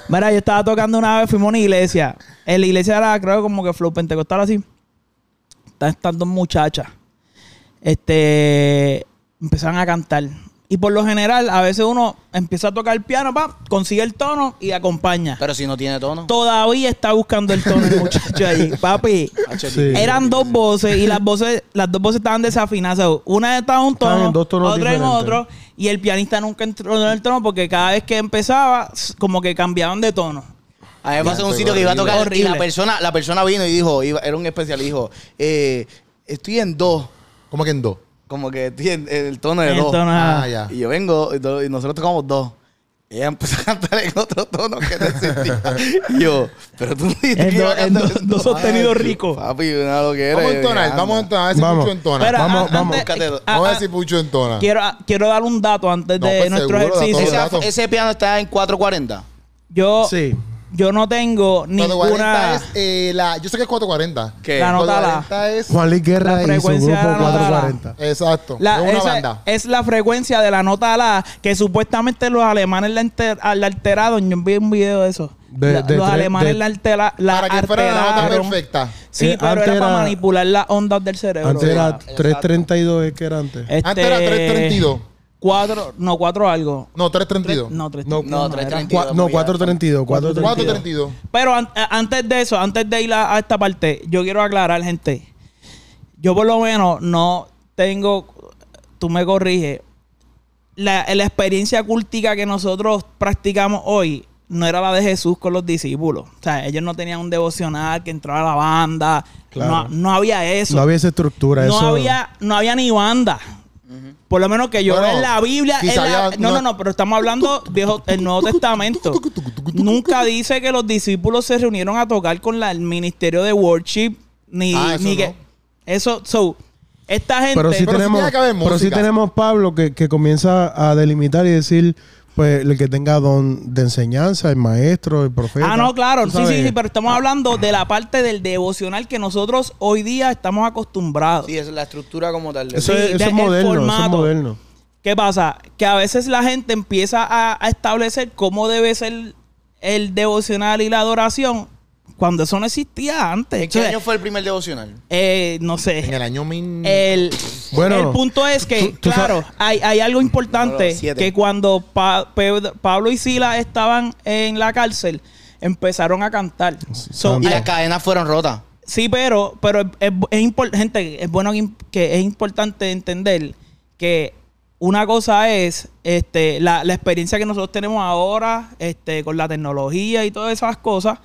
Mira, yo estaba tocando una vez, fuimos a una iglesia. En la iglesia era, creo, como que flow pentecostal así. Están estas dos muchachas. Este. Empezaron a cantar. Y por lo general, a veces uno empieza a tocar el piano, pa, consigue el tono y acompaña.
Pero si no tiene tono.
Todavía está buscando el tono el muchacho ahí. Papi,
H,
Sí.
eran dos voces y las voces, las dos voces estaban desafinadas. O sea, Una estaba en un
Estaban
tono,
en dos tonos
otra en
diferentes.
otro, y el pianista nunca entró en el tono porque cada vez que empezaba, s- como que cambiaban de tono.
A mí me pasó en un sitio que iba a tocar
Horrible.
y la persona, la persona vino y dijo, iba- era un especial, y dijo, eh, estoy en dos.
¿Cómo que en dos?
Como que estoy en el tono de
En
dos.
tono, ah.
Ah, ya.
Y yo vengo y, do- y nosotros tocamos dos. Y ella empezó a cantar en otro tono que no existía. Y yo, pero tú no dijiste
El
que iba
do-
a
el do-
cantar en
do
dos".
sostenido rico.
Papi, una lo que era.
Vamos a entonar, vamos a entonar. A ver si
Vamos.
Pucho entona.
Espera,
Vamos,
an-
vamos.
antes-
Búscatelo.
ah,
Vamos a
ah,
ver si Pucho entona.
quiero, ah, quiero dar un dato antes
No,
de
pues,
nuestro
seguro,
ejercicio.
dato.
Ese, ese piano está en 440.
Yo,
sí.
yo no tengo
440
ninguna.
es eh, la. Yo sé que es 440.
¿Qué?
La no- Anótala.
440 es.
Juan Luis Guerra
La
y su grupo
frecuencia de la
440.
Exacto.
La-
es una
esa-
banda.
es la frecuencia de la nota la que supuestamente los alemanes la, enter- la alteraron. Yo vi un video de eso.
De-
La-
de
los
tres-
alemanes
de-
la, altera- la
para que fuera la nota
alteraron.
perfecta.
Sí,
Eh,
pero
antes
era para
era-
manipular las ondas del cerebro.
Antes
¿verdad?
era 332, es que era antes.
Este,
Antes era 332.
Cuatro, no, cuatro algo.
No,
Tres-
332.
no, tres,
No,
no,
no,
era.
332.
Cua- no, 432, 432.
432.
Pero an- a- antes de eso, antes de ir a, a esta parte, yo quiero aclarar, gente. Yo por lo menos no tengo, tú me corriges, la, la experiencia cultica que nosotros practicamos hoy no era la de Jesús con los discípulos. O sea, ellos no tenían un devocional que entraba a la banda.
Claro.
No, no había eso.
No había esa estructura.
no
eso-
había, no había ni banda. Por lo menos que yo
Bueno,
vea en la Biblia. en
quizá
la-
había-
no,
no-
no, no, pero estamos hablando viejo, el Nuevo Testamento. Nunca dice que los discípulos se reunieron a tocar con la- el ministerio de worship, ni,
Ah, eso
ni que.
no.
Eso, so, esta gente.
Pero sí
Pero sí
tenemos,
tiene que haber
pero sí
música.
tenemos Pablo que, que comienza a delimitar y decir, pues, el que tenga don de enseñanza, el maestro, el profeta.
Ah, no, claro.
Tú
Sí, sí,
sabes,
sí, pero estamos hablando de la parte del devocional que nosotros hoy día estamos acostumbrados.
Sí, esa es la estructura como tal.
Eso,
Sí,
es, eso
de-
es
el
moderno, eso
formato.
es moderno.
¿Qué pasa? Que a veces la gente empieza a, a establecer cómo debe ser el devocional y la adoración cuando eso no existía antes.
¿En qué
O sea,
año fue el primer devocional?
eh, no sé.
En el año mil.
El,
Bueno,
el punto es que,
tú- tú
claro, hay, hay algo importante
Número siete.
que cuando Pa- Pe- Pablo y Sila estaban en la cárcel, empezaron a cantar. So,
Y
Y
Santo.
hay-
las cadenas fueron rotas.
Sí, pero, pero es, es, importante, es bueno que im- que es importante entender que una cosa es este, la, la experiencia que nosotros tenemos ahora este, con la tecnología y todas esas cosas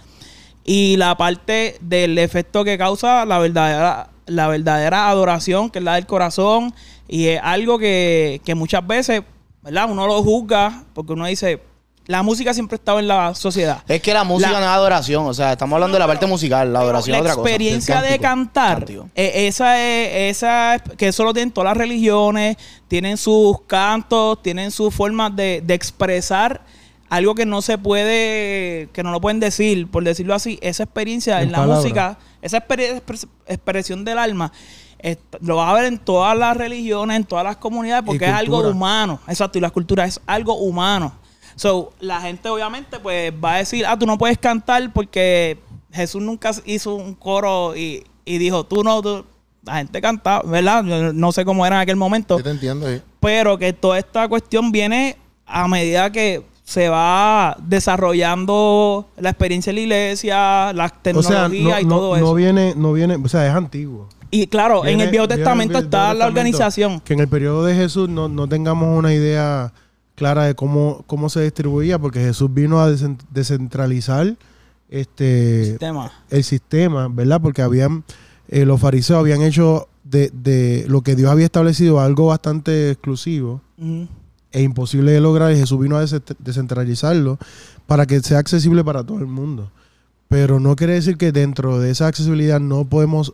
y la parte del efecto que causa la verdadera, la verdadera adoración, que es la del corazón y es algo que, que muchas veces, ¿verdad? Uno lo juzga porque uno dice, la música siempre ha estado en la sociedad.
Es que la música
La-
no es adoración. O sea, estamos hablando de la parte musical. La adoración
la
es otra cosa.
experiencia
Del
de
cántico.
cantar,
Cántico.
eh, esa es, esa es- que eso lo tienen todas las religiones, tienen sus cantos, tienen sus formas de, de expresar algo que no se puede, que no lo pueden decir, por decirlo así, esa experiencia en,
En
la
palabras.
música, esa exper- expres- expresión del alma, est- lo vas a ver en todas las religiones, en todas las comunidades, porque es algo
cultura.
humano, exacto, y la cultura es algo humano. So, la gente obviamente pues va a decir, ah, tú no puedes cantar porque Jesús nunca hizo un coro y, y dijo, tú no, tú-". la gente cantaba, ¿verdad? Yo no sé cómo era en aquel momento,
Yo te entiendo, sí.
pero que toda esta cuestión viene a medida que se va desarrollando la experiencia en la iglesia, las
O sea,
tecnologías
no,
y
no-
todo eso.
no viene, no viene, o sea, es antiguo.
y claro, en
Viene-
el Viejo
viene
Testamento
el
está
Viejo
la
Testamento.
organización.
Que en el periodo de Jesús no, no tengamos una idea clara de cómo, cómo se distribuía, porque Jesús vino a desen- descentralizar este
Sistema.
el sistema, ¿verdad? Porque habían eh, los fariseos habían hecho de, de lo que Dios había establecido algo bastante exclusivo
Ujú.
e imposible de lograr y Jesús vino a des- descentralizarlo para que sea accesible para todo el mundo. Pero no quiere decir que dentro de esa accesibilidad no podemos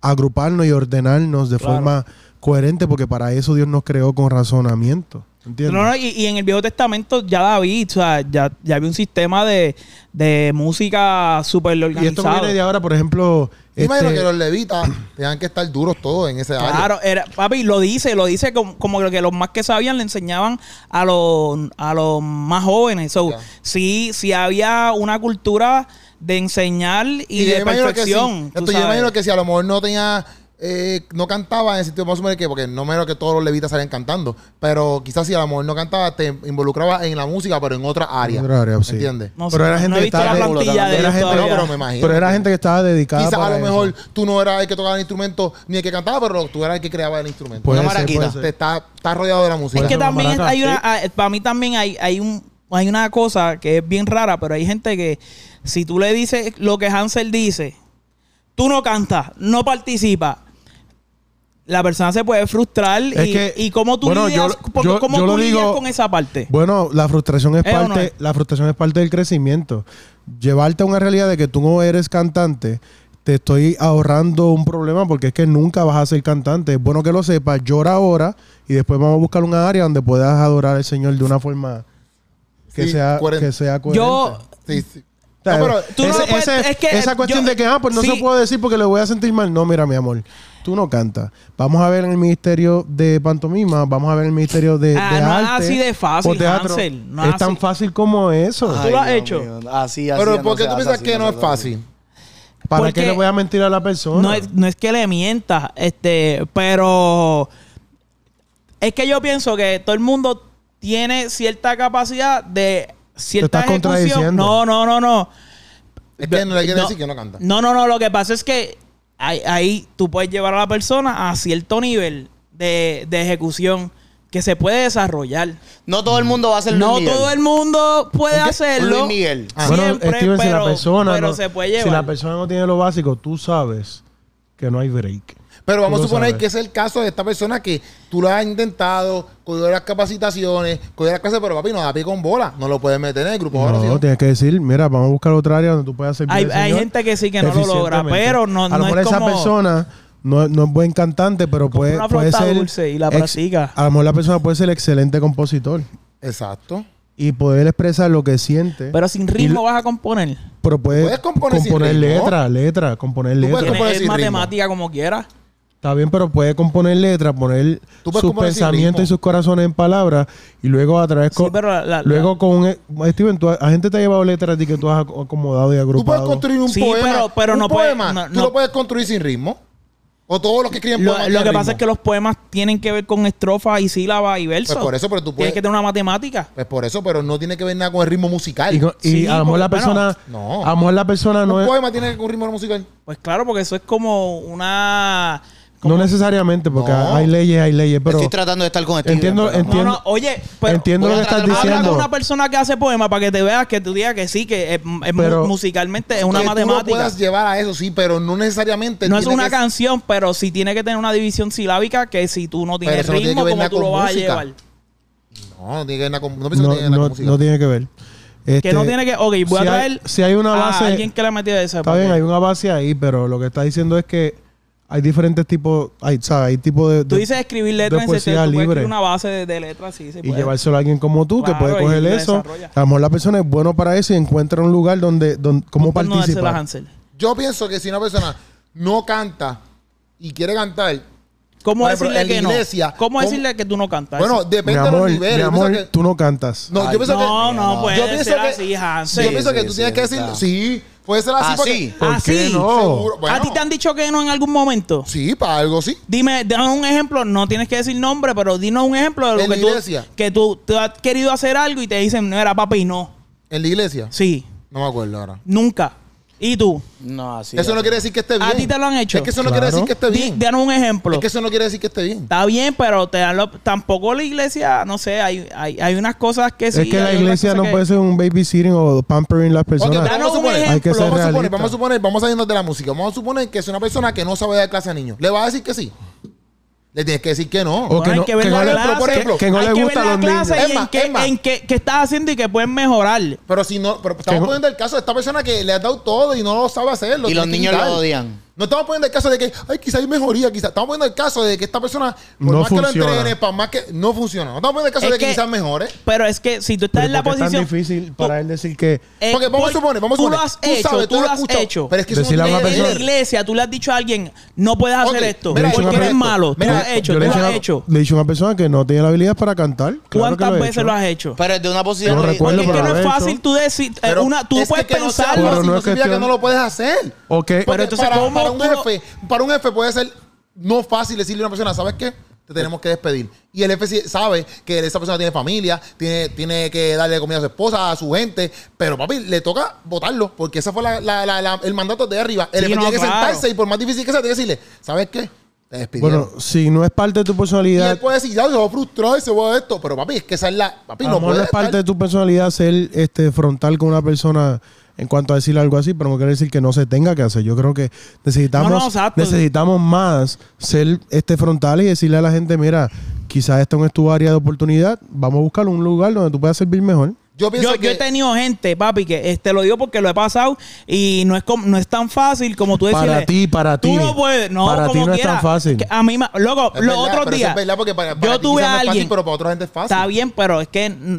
agruparnos y ordenarnos de
Claro.
forma coherente porque para eso Dios nos creó con razonamiento. ¿Entiendes?
No, no, y, y en el Viejo Testamento ya David, o sea, ya, ya había un sistema de, de música súper organizado.
y esto viene de ahora, por ejemplo,
Yo imagino
este,
que los levitas tengan que estar duros todos en ese área.
Claro, era, papi, lo dice, lo dice como, como que los más que sabían le enseñaban a los, a los más jóvenes. So,
Ya.
sí, sí había una cultura de enseñar y,
yo
de
imagino que sí.
perfección. tú
Esto, yo
sabes.
imagino que si a lo mejor no tenía. eh, no cantaba en el sentido más o menos que porque no menos que todos los levitas salían cantando pero quizás si a lo mejor no cantaba te involucraba en la música pero en otra área,
En otra área, sí.
¿entiendes?
No
Pero
sé,
era gente
no he
que
visto
estaba
la
de-
plantilla de
era
ellos
gente-
no,
todavía.
pero me imagino
pero era gente que estaba dedicada
quizás a
para
lo
eso.
mejor tú no eras el que tocaba el instrumento ni el que cantaba pero tú eras el que creaba el instrumento
Puede
Una
ser, puede
maraquita.
ser.
te está, está rodeado de la música
Es que
Por ejemplo,
también es-
Maraca,
hay una, ah, para mí también hay, hay un hay una cosa que es bien rara, pero hay gente que si tú le dices lo que Hansel dice, tú no cantas, no participas. La persona se puede frustrar
Es
y,
que-
y cómo tú
bueno, yo
lidias,
lo-
por-
yo-
cómo
yo
tú
lo
lidias
digo-
con esa parte.
Bueno, la frustración es
¿Eh o no
parte,
es?
la frustración es parte del crecimiento. Llevarte a una realidad de que tú no eres cantante, te estoy ahorrando un problema porque es que nunca vas a ser cantante. Es bueno que lo sepas, llora ahora y después vamos a buscar una área donde puedas adorar al Señor de una forma que
Sí,
sea
coherente.
que sea coherente.
Yo
Sí, sí.
sea,
No, pero
tú no
ese-
puedes-
ese-
es que,
esa
eh,
cuestión
yo-
de que, ah, pues no
sí.
se puede decir porque le voy a sentir mal. No, mira, mi amor, tú no cantas. Vamos a ver en el Ministerio de Pantomima, vamos a ver en el Ministerio de,
Ah,
de
no es
Arte
así de fácil,
o teatro.
Hansel, no es
es tan
así.
fácil como eso.
Ay. lo has hecho?
Así, así.
Pero
no
¿por qué
se
tú
hace,
piensas
así
que no
se
es
hace.
fácil?
¿Para
Porque
qué le voy a mentir a la persona?
No es, no es que le mientas, este, pero es que yo pienso que todo el mundo tiene cierta capacidad de cierta
estás
ejecución.
contradiciendo.
No, no, no, no.
Es que no le quiere
No.
decir que no canta.
No, no, no. Lo que pasa es que ahí, ahí tú puedes llevar a la persona a cierto nivel de, de ejecución que se puede desarrollar.
No todo el mundo va a ser Luis
No
Miguel.
todo el mundo puede hacerlo.
Luis Miguel.
Ah.
Bueno,
siempre,
Steven, si la
pero-
persona,
pero
no,
se puede
si
llevar.
la persona no tiene lo básico, tú sabes que no hay break.
Pero vamos
Tú
a
lo
suponer
sabes.
que es el caso de esta persona que tú la has intentado, cogió las capacitaciones, cogió las clases, pero papi, no da pie con bola. No lo puedes meter en el grupo de
No,
oración.
tienes que decir, mira, vamos a buscar otra área donde tú puedas servir
Hay-
al
hay
Señor
gente que sí que no lo logra,
eficientemente.
pero no-
a
no
lo mejor
es
esa
como-
persona no, no es buen cantante, pero puede,
una
puede
flauta
ser...
dulce y la
ex-
practica.
a lo mejor la persona puede ser excelente compositor
Exacto.
y poder expresar lo que siente, pero,
Pero sin ritmo vas a componer.
puede
Puedes componer sin ritmo.
letra, letra, componer
puedes componer-
letra.
Tienes-
compones
Es
sin ritmo.
matemática como quieras.
Está bien, pero puede componer letra, poner
Tú puedes
sus
componer sin
pensamientos
ritmo.
y sus corazones en palabras y luego a través
Sí,
con-
pero la- la-
luego con un- e- Steven, tú, la gente te ha llevado letras a ti que tú has ac- acomodado y
Tú puedes
agrupado.
construir un
Sí,
poema.
pero- pero
un
no puedes-
poema.
no-
tú
no-
lo puedes construir sin ritmo. O todos los que escriben
Lo,
poemas
lo
tienen
que pasa es que
ritmo.
los poemas tienen que ver con estrofas y sílabas y versos.
Pues por eso, pero tú
Tienes
puedes-
que tener una matemática.
Pues por eso, pero no tiene que ver nada con el ritmo musical.
Y, con- y
Sí,
a lo mejor la
porque,
persona,
bueno, no.
a lo mejor la persona no
un
es,
poema tiene que ver con ritmo musical.
Pues claro, porque eso es como una.
no necesariamente porque
No.
hay leyes, hay leyes, pero
Estoy tratando de estar con Steven.
Entiendo-
pero no.
entiendo-
No, no, oye, pero
entiendo lo que
voy a
estás
tratar-
habla con
diciendo.
una persona que hace poema para que te veas que tú digas que sí, que es, es mu-
Pero-
musicalmente es una
que Tú lo
matemática.
puedas llevar a eso, sí, pero no necesariamente.
No es
tiene
una
que-
canción, pero sí tiene que tener una división silábica que si tú no tienes
eso no tiene
ritmo,
que ver
como
nada
tú lo
con
vas
música.
a llevar.
No, no tiene que ver nada con. No pienso
no,
que tiene que ver nada
no-
con música.
no tiene que ver. Este,
Que no tiene que. Ok, voy a
si hay-
traer.
si hay una
a
base-
alguien que le ha metido eso.
Está bien, hay una base ahí, pero lo que está diciendo es que hay diferentes tipos, hay, ¿sabes? Hay tipos de,
Tú
de-
dices escribir letras
de
en ese
poesía
tú puedes
libre.
escribir una base de, de letras, sí, se
y
puede.
llevárselo a alguien como tú que
Claro,
puede
y
coger
lo
eso.
desarrolla.
A lo mejor la persona es bueno para eso y encuentra un lugar donde, donde cómo
Por Pues no dársela a
participar.
Hansel.
Yo pienso que si una persona no canta y quiere cantar,
¿Cómo
Por ejemplo,
decirle
en
que
la iglesia,
no? ¿Cómo,
¿cómo-
decirle que tú no cantas?
bueno,
Eso.
Mi
depende de
amor,
los
mi
niveles. Yo
amor,
pienso que-
tú no cantas.
no,
Ay,
yo pienso que.
no, no,
no.
puede
yo pienso
ser
que,
así,
yo
Hansel.
pienso que
sí,
tú
sí,
tienes que decir,
está.
sí, puede ser así
Ah,
porque
sí.
¿Por
Ah,
qué
sí.
no?
seguro, bueno,
¿A ti te han dicho que no en algún momento?
Sí, para algo sí.
Dime, dame un ejemplo, no tienes que decir nombre, pero dinos un ejemplo de lo
En
que
la
tú,
iglesia.
que tú tú has querido hacer algo y te dicen, no era papi, no.
En la iglesia.
Sí,
No me acuerdo ahora.
nunca. ¿Y tú?
No, así.
eso no
así.
quiere decir que esté
¿A
bien.
ti te lo han hecho?
Es que eso no
Claro.
quiere decir que esté
Di-
bien.
Danos un ejemplo.
Es que eso no quiere decir que esté bien.
Está bien, pero te dan lo- tampoco la iglesia, no sé, hay, hay, hay unas cosas que sí.
es que
hay
la
otras
iglesia
cosas
no
que-
puede ser un babysitting o pampering las
Ok,
personas.
Danos
vamos a
un
suponer,
ejemplo.
Hay que ser
vamos a suponer,
realista.
vamos a suponer, vamos a irnos de la música. Vamos a suponer que es una persona que no sabe dar clase a niños. ¿Le va a decir que sí? Le tienes que decir que no.
O que
hay
no-
que ver
que
la
no le-
clase,
por ejemplo,
que no
hay
le
ver
gusta a
la
los niños.
clase Y en,
Emma,
qué,
Emma.
en qué- qué estás haciendo y que pueden mejorar.
Pero si no, pero estamos
Que-
poniendo el caso de esta persona que le ha dado todo y no lo sabe hacer. lo
Y los
tiene que
niños
quitar.
lo odian.
No estamos poniendo el caso de que, ay, quizá hay mejoría, quizá. Estamos poniendo el caso de que esta persona, por
No
más que
funciona.
lo entrene, para más que no funciona. No estamos poniendo el caso
Es
de que,
que-
quizás mejore.
Pero es que si tú estás
Pero
en la
¿por qué
posición.
Es tan difícil
tú-
para él decir que
eh,
Porque vamos a
por-
suponer, vamos a
tú
suponer.
lo has hecho, tú,
lo
lo
has
has
escuchado.
hecho.
Pero es que eso no
Decirle a
tiene
una
que
en
ver.
la
persona-
iglesia tú le has dicho a alguien, no puedes hacer
Ok,
esto,
mira,
porque
yo-
eres
yo-
malo, tú
mira,
lo has hecho,
yo
tú
le
lo
dije a
has
una-
hecho.
Le he dicho a una persona que no tiene la habilidad para cantar. Claro que
¿Cuántas
lo he
veces
hecho.
lo has hecho?
Pero es de una posición.
Yo no
de-
recuerdo,
Porque es que
pero
no
lo
es
he hecho.
fácil tú decir, eh,
Pero
una, tú
es que
puedes
que no sea
pensarlo.
Pero
fácil,
no
no
es
significa que
cuestión-
no lo puedes hacer.
Ok.
Eh, Pero
Porque
entonces,
para,
¿cómo
para un
tú lo-
jefe, para un jefe puede ser no fácil decirle a una persona, ¿sabes qué? Te tenemos que despedir. Y el jefe sí sabe que esa persona tiene familia, tiene, tiene que darle comida a su esposa, a su gente, pero papi, le toca votarlo, porque ese fue la- la- la- la- el mandato de arriba. El
Sí,
jefe
no,
tiene que
claro.
sentarse y por más difícil que sea, tiene que decirle, ¿sabes qué? Te despidieron.
Bueno, si no es parte de tu
y
personalidad,
él puede decir, ya, se va a frustrar y se va a esto, pero papi, es que esa es la... Papi,
a
no
lo mejor
puede
no es parte
estar-
de tu personalidad ser este, frontal con una persona en cuanto a decir algo así, pero no quiere decir que no se tenga que hacer. Yo creo que necesitamos,
No, no, exacto.
necesitamos más ser este frontal y decirle a la gente, mira, quizás esto no es tu área de oportunidad, vamos a buscar un lugar donde tú puedas servir mejor.
Yo pienso
Yo,
que...
yo he tenido gente, papi, que este lo digo porque lo he pasado y no es com- no es tan fácil como tú decirle.
Para ti, para
Tú
ti.
no puedes, no,
Para ti
como
no es
quiera.
tan fácil.
Que a mí, ma- loco,
Es
los
verdad,
otros
pero eso
días.
es verdad, porque para- para
yo
ti
tuve
quizás
a
no es fácil,
alguien.
pero para otra gente es fácil.
Está bien, pero es que mm,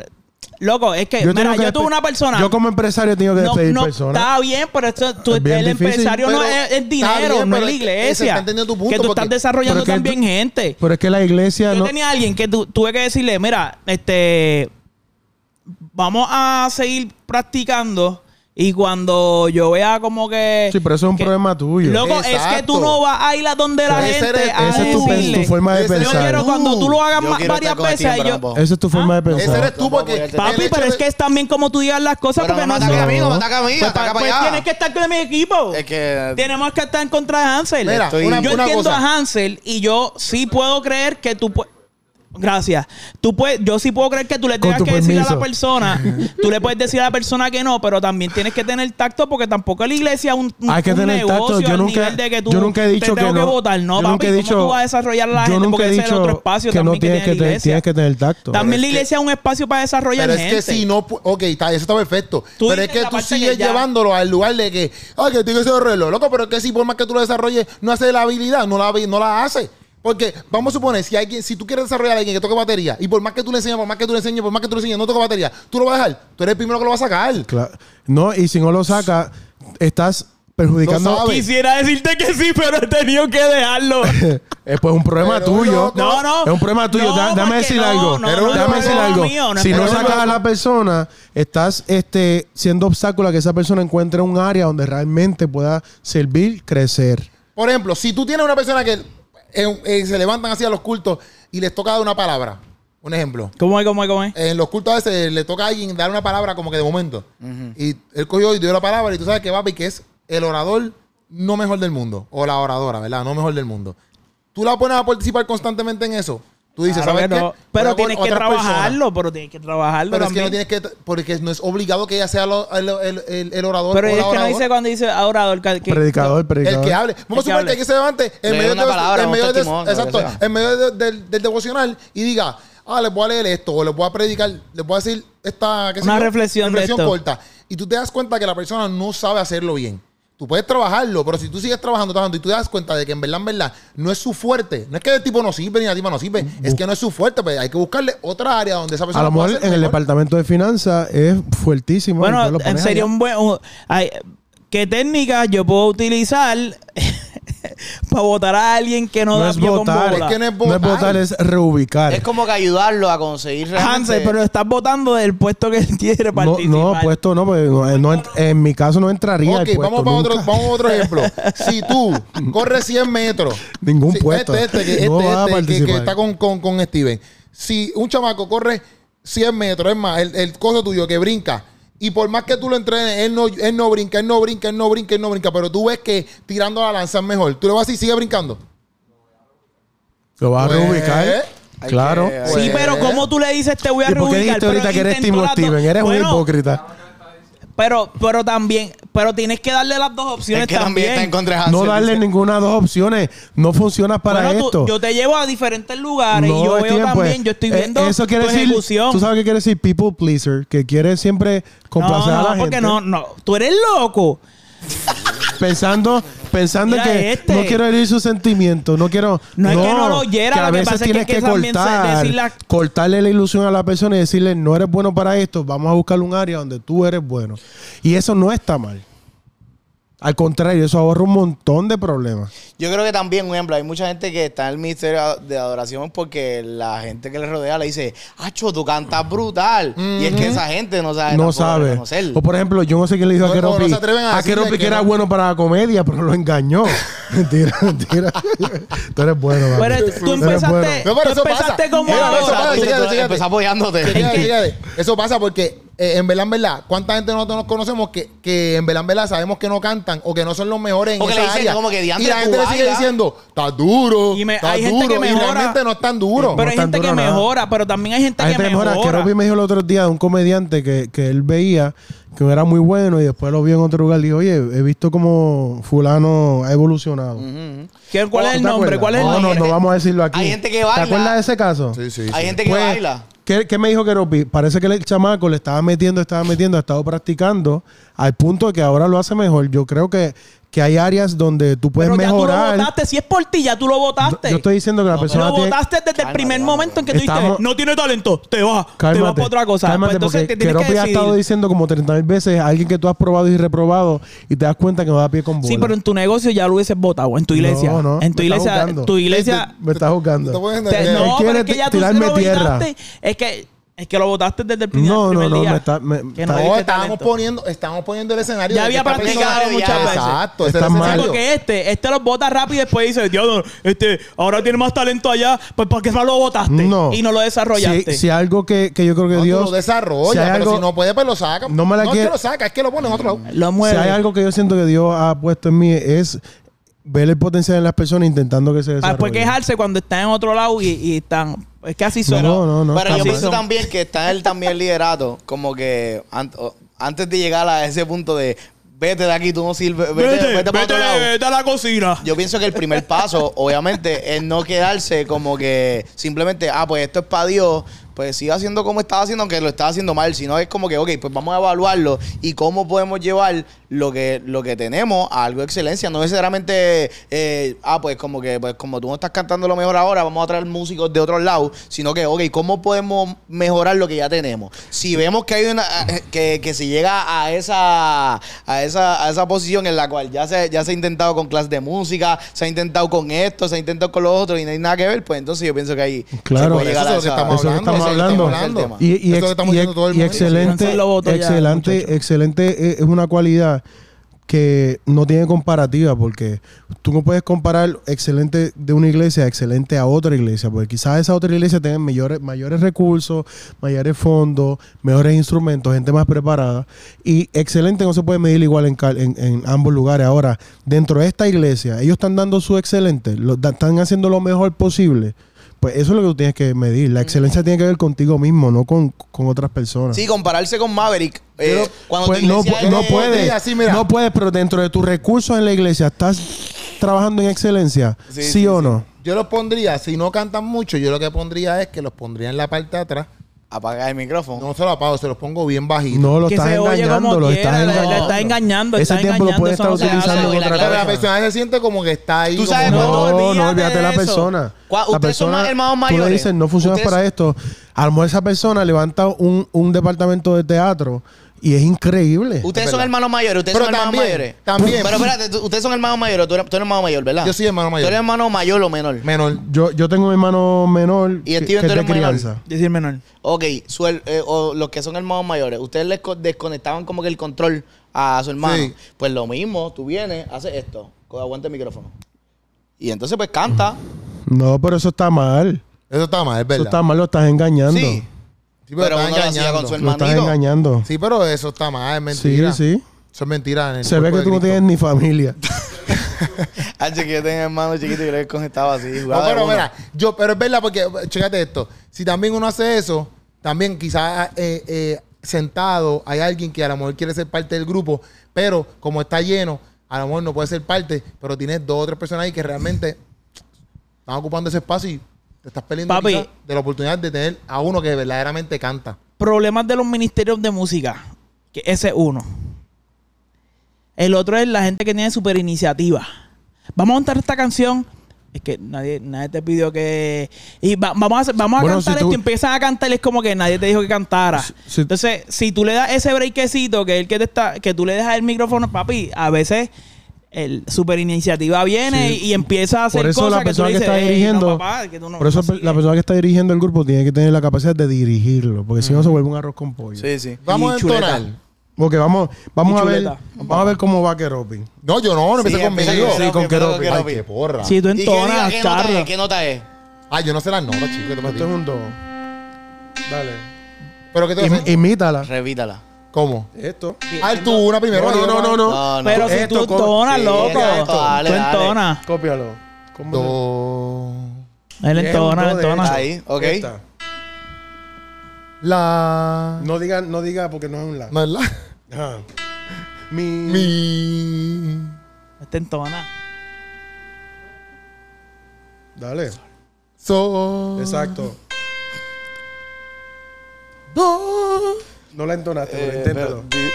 Loco, es que,
Yo
mira,
tengo que
yo tuve
despe-
una persona.
Yo como empresario tengo que
no,
despedir
no,
personas.
Está bien, pero esto, tú-
Es bien
el
difícil.
empresario no
Pero
es, es
está
dinero,
bien,
no es
pero
la
es- ese
iglesia.
está entendiendo tu punto,
que tú
porque-
estás desarrollando
pero que
también
tú-
gente.
Pero es que la iglesia
Yo
no.
tenía a alguien que tu- tuve que decirle, mira, este, vamos a seguir practicando y cuando yo vea como que...
Sí, pero eso es un
que-
problema tuyo.
Loco, es que
Exacto.
tú no vas a ir a donde la
Ese
gente
eres-
a
Esa es tu, pe-
decirle.
tu forma de
Ese- yo
Yo
pensar.
quiero
Tú.
cuando tú lo hagas
Yo
ma-
quiero
varias
tacos a ti en
veces, yo-
Brambo.
Esa es tu forma
Ah,
de pensar.
Ese eres tú porque.
Papi,
el
papi,
hecho
pero es
de-
que es también como tú digas las cosas,
Pero
porque
no me ataca a mí,
nosotros-
no me ataca a mí,
Pues,
ataca
pues,
para
tienes que
allá.
estar con mi equipo.
Es que
Tenemos que estar en contra de Hansel.
Mira,
Estoy-
una,
yo
una
entiendo
cosa.
a Hansel y yo sí puedo creer que tú puedes. Gracias. Tú puedes, yo sí puedo creer que tú le
Con
tengas
tu
que decir a la
permiso.
persona, tú le puedes decir a la persona que no, pero también tienes que tener tacto porque tampoco la iglesia es un, un-
Hay que
un
tener tacto.
negocio
Yo
al
nunca,
nivel de que tú
yo nunca he dicho
te
que
tengo
no.
que votar, no,
yo
papi,
nunca he
¿cómo
dicho
tú vas a desarrollar a la
yo
gente
nunca
porque
he
ese es el
dicho
otro espacio
que no
también que
tienes
tiene
que,
la
te-
iglesia.
tienes que tener tacto.
Pero
También la
es que-
iglesia es un espacio para desarrollar
Pero es
gente.
que si no, pu- ok, está, eso está perfecto.
Tú
pero
dices
es que
la
tú
parte
sigues
que ya-
llevándolo al lugar de que, ay, que tiene que ser reloj, loco, pero es que si por más que tú lo desarrolles, no hace la habilidad, no la, vi- no la hace. Porque vamos a suponer, si alguien, si tú quieres desarrollar a alguien que toque batería, y por más que tú le enseñes, por más que tú le enseñes, por más que tú le enseñes, no toca batería, tú lo vas a dejar, tú eres el primero que lo va a sacar.
Cla- No, y si no lo saca, estás perjudicando.
Lo sabe.
Quisiera decirte que sí, pero he tenido que dejarlo.
Eh, pues es un problema
Pero
tuyo.
loco.
No, no.
Es un problema tuyo.
No,
Da-
porque
dame decir
no,
algo.
no,
Pero
no,
dame
no,
decir
no,
algo.
mío, no es
si no
problema
sacas a
mío.
la persona, estás este, siendo obstáculo a que esa persona encuentre un área donde realmente pueda servir, crecer.
Por ejemplo, si tú tienes una persona que eh, eh, se levantan así a los cultos y les toca dar una palabra, un ejemplo.
¿Cómo es, cómo es, cómo es?
En los cultos a veces le toca a alguien dar una palabra como que de momento. Y él cogió y dio la palabra y tú sabes que papi que es el orador no mejor del mundo. O la oradora, ¿verdad? No mejor del mundo. Tú la pones a participar constantemente en eso. Tú dices,
Claro
¿sabes
que
qué?
no.
Voy
Pero
a poner
tienes que
otras personas".
trabajarlo, pero tienes que trabajarlo
Pero es que
también.
no tienes que... Porque no es obligado que ella sea lo- el, el- el- el orador
pero
o
es
la
que no
oradora.
dice cuando dice orador. que- que-
predicador,
El
predicador.
que hable.
que
Vamos a suponer
hable.
que alguien se levante
Le dé
en medio,
una
de-
palabra,
en
un
medio de-
testimonio,
exacto,
lo que sea.
en medio de- del- del devocional y diga, ah, les voy a leer esto, o les voy a predicar, les voy a decir esta, qué sé
Una
yo,
reflexión de esto.
corta. Y tú te das cuenta que la persona no sabe hacerlo bien. Tú puedes trabajarlo, pero si tú sigues trabajando, trabajando y tú te das cuenta de que en verdad, en verdad, no es su fuerte. No es que el tipo no sirve ni la tipa no sirve. Es que no es su fuerte. Pues hay que buscarle otra área donde esa persona
A lo
pueda
mejor
Pues hacer
en el
mejor.
departamento de finanzas es fuertísimo.
Bueno,
entonces pues, lo
en
pones
serio,
allá.
un buen. un- ay, ¿Qué técnicas yo puedo utilizar para votar a alguien que no,
No
da
es
pie con
votar.
bola?
Es que no es
No es votar,
votar.
es reubicar.
es como que ayudarlo a conseguir realmente-
Hansel, pero estás votando del puesto que él quiere
no, pues,
participar.
no, puesto no, porque no- eh, no ent- en mi caso no entraría
Ok,
el puesto
vamos para otro,
nunca.
vamos a otro ejemplo. Si tú corres 100 metros.
Ningún
si-
puesto.
Este, este, que, este,
No vas a
este, que- que,
participar.
está con, con, con Steven. Si un chamaco corre 100 metros, es más, el, el coso tuyo que brinca. Y por más que tú lo entrenes, él no, él no brinca, él no brinca, él no brinca, él no brinca. Pero tú ves que tirando la lanza es mejor. Tú le vas y sigue brincando.
Lo vas a
Pues,
reubicar.
hay
Claro.
que-
Sí,
Pues-
pero ¿cómo tú le dices te voy a
¿Y por qué
reubicar?
dijiste
Pero
ahorita que eres
intentó
Timo
las dos-
Steven? Eres
Bueno,
un hipócrita.
Pero, pero también, pero tienes que darle las dos opciones
Es que también está en contra de
Ah,
Hansel.
No darle
dice.
ninguna de dos opciones. No funciona para
Bueno, tú-
esto.
yo te llevo a diferentes lugares y yo veo
Steven, pues,
también, yo estoy
eh,
viendo
eso quiere
tu
decir,
ejecución.
Tú sabes qué quiere decir people pleaser, que quiere siempre
no,
complacer
no,
a la
porque
gente.
no, no, tú eres loco.
Pensando, pensando
Mira
que
este.
no quiero herir sus sentimientos, no quiero.
No es que no lo hiera,
a
lo que
veces
pasa es que
tienes
hay que
que,
también se-
cortar,
decir la-
cortarle la ilusión a la persona y decirle no eres bueno para esto, vamos a buscar un área donde tú eres bueno. Y eso no está mal. Al contrario, eso ahorra un montón de problemas.
Yo creo que también, por ejemplo, hay mucha gente que está en el ministerio de adoración porque la gente que le rodea le dice, Acho, tú cantas brutal. Y es que esa gente Ah, no sabe.
no
tampoco
sabe.
reconocerlo.
O por ejemplo, yo no sé qué le dijo
No,
a
o no
Keropi.
se atreven a
a
decirle
Keropi que
que
era
no.
bueno para la comedia, pero lo engañó. mentira, mentira. Tú eres bueno, papi.
Pero
Tú
tú
eres
empezaste,
bueno.
No, pero
tú
eso pasa.
empezaste como
Mira,
Empezá-
eso pasa,
ahora.
empezá-
fíjate, fíjate.
empezá apoyándote.
Fíjate, fíjate. Eso pasa porque eh, en verdad, en verdad, ¿cuánta gente nosotros nos conocemos que, que en verdad, en verdad sabemos que no cantan o que no son los mejores en
O que le
esa
dicen
área?
como que,
y
"Diantre,
la gente
tú
le sigue
bailas".
diciendo, está duro,
Y me-
está
hay
duro,
gente que
y
mejora.
realmente no es tan duro.
Pero hay
No es tan
gente que
duro nada.
mejora, pero también hay gente
Hay
que
gente que mejora.
mejora.
Keropi me dijo el otro día de un comediante que, que él veía que era muy bueno y después lo vio en otro lugar y dijo, oye, he visto como fulano ha evolucionado.
¿Qué- ¿Cuál es
¿Tú
el
Oh, te
nombre?
acuerdas?
¿Cuál es el
no,
nombre?
No, no vamos a decirlo aquí.
Hay gente que baila.
¿Te acuerdas de ese caso?
Sí, sí,
Hay
sí.
gente que
Pues,
baila.
¿qué, qué me dijo Keropi? Parece que el chamaco le estaba metiendo, estaba metiendo, ha estado practicando al punto de que ahora lo hace mejor. Yo creo que, que hay áreas donde tú puedes
Pero ya tú
mejorar.
lo votaste. Si es por ti, ya tú lo votaste.
Yo estoy diciendo que la
No,
persona
lo
tiene-
votaste desde el
Cálmate,
primer
cálmate.
momento en que tú dijiste,
Estamos-
no tiene talento, te vas, te vas
Cálmate,
para otra cosa. Pues
cálmate,
entonces
porque
te tienes que
Keropi ha estado
decidir.
diciendo como 30 mil veces a alguien que tú has probado y reprobado y te das cuenta que no da pie con bola.
Sí, pero en tu negocio ya lo hubieses votado, en tu iglesia.
No,
En tu
no, me está
iglesia,
juzgando. Este,
tu iglesia.
Me estás
Te
jugando.
voy a-
te-
eh,
no,
él
pero es
quiere
que ya
ti-
tú se
tirarme
lo
tierra.
votaste. Es que, es que lo votaste desde el primer,
No, no,
primer
no,
día.
me está- me-
Que
está-
no dice
No,
No, estábamos
talento.
poniendo, estábamos poniendo el escenario.
Ya
de que
había
esta persona-
practicado muchas veces.
Exacto, ese
Está
es el
mal.
Sí,
escenario.
porque este, este lo vota rápido y después dice, Dios, este, ahora tiene más talento allá, pues ¿para qué no lo votaste?
No.
Y no lo desarrollaste.
Si, si algo que, que yo creo que
No,
Dios.
Ah, tú lo desarrollas,
si hay
pero
algo-
si no puedes, pues lo sacas.
No me la
es
quiere-
que lo sacas, es que lo pones en otro lado.
Lo Ah,
Si
mueve.
hay algo que yo siento que Dios ha puesto en mí es ver el potencial en las personas intentando que se
Para
desarrolle.
después pues, quejarse cuando están en otro lado y, y están. Es que así suena.
No, no, no.
Pero
está
yo
mal.
pienso también que está él también el liderato, como que an- o- antes de llegar a ese punto de vete de aquí, tú no sirves, vete, vete, para otro lado.
vete a la cocina.
Yo pienso que el primer paso, obviamente, es no quedarse como que simplemente, ah, pues esto es para Dios, pues siga haciendo como estaba haciendo, aunque lo estaba haciendo mal, sino es como que, ok, pues vamos a evaluarlo y cómo podemos llevar lo que, lo que tenemos a algo de excelencia. No necesariamente, eh, ah, pues como que, pues como tú no estás cantando lo mejor ahora, vamos a traer músicos de otros lados, sino que, ok, ¿cómo podemos mejorar lo que ya tenemos? Si vemos que hay una, que, que se llega a esa, a esa, a esa posición en la cual ya se, ya se ha intentado con clases de música, se ha intentado con esto, se ha intentado con lo otro y no hay nada que ver, pues entonces yo pienso que ahí
Claro.
se puede
Por
llegar
eso
a
es lo que
esa-
estamos
Eso es lo que
ese
estamos
es el
hablando.
tema, ese es el tema.
Y, y
Esto
ex-
que estamos
y
diciendo
ex-
todo el
y
mundo.
excelente,
Lanza lo voto ya,
excelente,
muchacho.
excelente e, es, es una cualidad que no tiene comparativa porque tú no puedes comparar excelente de una iglesia a excelente a otra iglesia porque quizás esa otra iglesia tenga mayores, mayores recursos, mayores fondos, mejores instrumentos, gente más preparada y excelente no se puede medir igual en, cal- en- en ambos lugares. Ahora, dentro de esta iglesia, ellos están dando su excelente, lo- da- están haciendo lo mejor posible. Pues eso es lo que tú tienes que medir. La excelencia tiene que ver contigo mismo, no con, con otras personas.
Sí, compararse con Maverick. eh,
Pero,
cuando
Pues
tu
no,
iglesia
pu- no
es-
puedes,
diga así, mira.
no puedes, pero dentro de tus recursos en la iglesia, ¿estás trabajando en excelencia?
Sí,
¿Sí,
sí,
o
sí.
no?
Yo los pondría, si no cantan mucho, yo lo que pondría es que los pondría en la parte de atrás.
Apaga el micrófono.
No se lo apago, se los pongo bien bajito.
No, lo
que
estás
se oye
engañando,
como
lo
quiera,
estás
le- le
engañando.
está engañando,
Ese
está
tiempo lo
engañando,
puedes
eso
estar
no se hace.
utilizando en
La
otra
Pero la
Ajá.
cosa.
persona se siente como que está ahí.
Tú
como-
sabes
No,
cuándo-
No, no,
olvídate
olvídate de la
de eso.
persona.
Cua-
La
ustedes son
persona,
hermanos
Tú
mayores.
le dices, no funciona
Ustedes-
para esto. A lo mejor esa persona levanta un, un departamento de teatro y es increíble.
Ustedes
Es
son
verdad.
hermanos mayores, ustedes
Pero
son hermanos
también,
mayores.
también.
Pero espérate, tú- ustedes son hermanos mayores, tú eres, tú eres hermano mayor, ¿verdad?
"Ah, Yo soy hermano mayor.
Tú eres hermano mayor o menor.
menor.
Yo, yo tengo un hermano menor
Y
que,
Steven,
que es
tú
de
eres menor.
crianza.
Decir menor.
Ok, su her- eh, o los que son hermanos mayores, ustedes les co- desconectaban como que el control a su hermano.
Sí.
Pues lo mismo, tú vienes, haces esto, co- aguanta el micrófono. Y entonces pues canta.
No, pero eso está mal.
Eso está mal, es verdad.
Eso está mal, lo estás engañando.
Sí.
Sí, pero,
Pero
está
uno lo hacía
engañando.
con su
Lo estás
hermanito.
engañando.
Sí, pero eso está mal, es
Sí,
mentira.
sí.
Eso es mentira. en el
Se ve
cuerpo
que
de
tú no
Cristo.
tienes ni familia.
Así que yo tenía hermano chiquito y creo que conectaba así.
No,
jugaba de
pero
uno.
mira, yo, pero es verdad porque, chécate esto, si también uno hace eso, también quizás eh, eh, sentado hay alguien que a lo mejor quiere ser parte del grupo, pero como está lleno, a lo mejor no puede ser parte, pero tienes dos o tres personas ahí que realmente están ocupando ese espacio y te estás peleando
Papi.
quizás de la oportunidad de tener a uno que verdaderamente canta.
Problemas de los ministerios de música. Que ese es uno. El otro es la gente que tiene super iniciativa. Vamos a montar esta canción. Es que nadie, nadie te pidió que. Y va- vamos a, hacer- vamos a
Bueno,
cantar
si
esto.
tú-
y Empiezan a cantar y es como que nadie te dijo que cantara.
Si-
Entonces, si tú le das ese breakecito que es el que te está, que tú le dejas el micrófono, papi, a veces el super iniciativa viene
Sí.
y, y empieza a hacer
Por eso
cosas
la persona que,
que tú le
está
dices, "Ey,
dirigiendo,
no, papá, que tú no-
por eso
no
la
sigues".
persona que está dirigiendo el grupo tiene que tener la capacidad de dirigirlo, porque si no se vuelve un arroz con pollo.
Sí, sí.
Vamos a
chuleta.
entonar.
Porque vamos, vamos
Y
a ver,
chuleta.
vamos a ver cómo va Keropi.
No, yo no, no empecé
Sí, empieza
conmigo.
con-
Sí, con
empieza
Keropi.
Ay,
Keropi.
qué porra.
Si tú
Y que diga
entonas,
qué nota
charla.
es, qué nota es.
Ay, yo no sé las notas, chico. ¿qué te pasa a ti?
Esto es un do. Dale.
Pero que te voy a hacer?
imítala.
Revítala.
¿Cómo?
Esto.
Ah, tú una primero.
No, no, no, no, no.
Pero si
Esto,
tú
co-
entonas,
sí,
loco.
exacto, dale,
tú
dale.
entonas.
Cópialo. ¿Cómo
Do.
Él
se-
entona,
Es un do de
entona.
esta.
Ahí, ok.
Esta.
La.
No diga, no diga porque no es un la.
No es la.
Ajá. Mi,
Mi.
Este entona.
Dale.
Sol.
Exacto.
Do.
No la entonaste, pero
Eh,
inténtalo.
pero-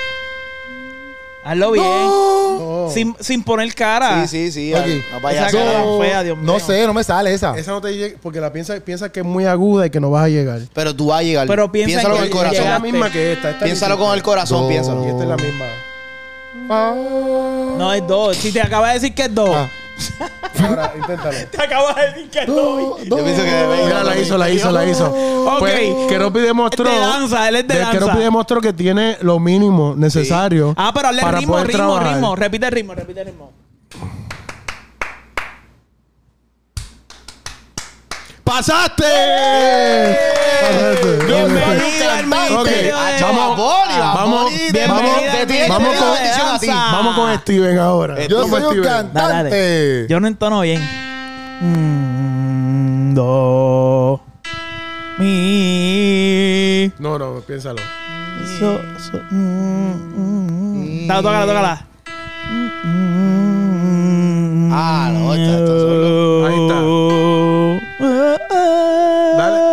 Hazlo bien.
No.
Sin, sin poner cara.
Ah.
Sí, sí, sí.
Oye,
no
esa
vaya
cara
cara.
tan fea, Dios
No
mío.
sé, no me sale esa.
Esa no te llega porque la piensas piensa que es muy aguda y que no vas a llegar.
Pero tú vas a llegar.
Pero piensa
piénsalo
en
con el
que
Esta es la
corazón.
llegaste.
misma que esta. esta es
Piénsalo
difícil.
con el corazón,
No.
Y
piénsalo.
esta es la misma.
No es dos. Si te acabas de decir que es dos.
Ah.
Ahora, inténtalo.
Te acabas de decir que es dos.
Yo pienso que debe-
Mira, la hizo, la hizo, la hizo.
Ok.
Pues, Keropi demostró.
Es de danza, él es de
de-
danza.
Keropi demostró que tiene lo mínimo necesario.
Ah, pero hazle
para
ritmo,
poder
ritmo,
trabajar.
ritmo. Repite el ritmo, repite el ritmo. ¡Eh!
¡Pasaste! Pasaste.
Bienvenido
Bienvenido
al
al
ministerio
Ok,
ministerio
de-
de- Ah, Vamos,
vamos,
vamos,
vamos, vamos con- Vamos con Steven ahora.
Yo
Esto
soy
Vamos,
un
Steven.
Dale,
cantante.
Yo no entono bien. Mm, do. Mi.
No, no, piénsalo.
So, so, mm, mm. Dale, tócala, tócala.
Ah, no, está, está solo.
Ahí está.
Dale.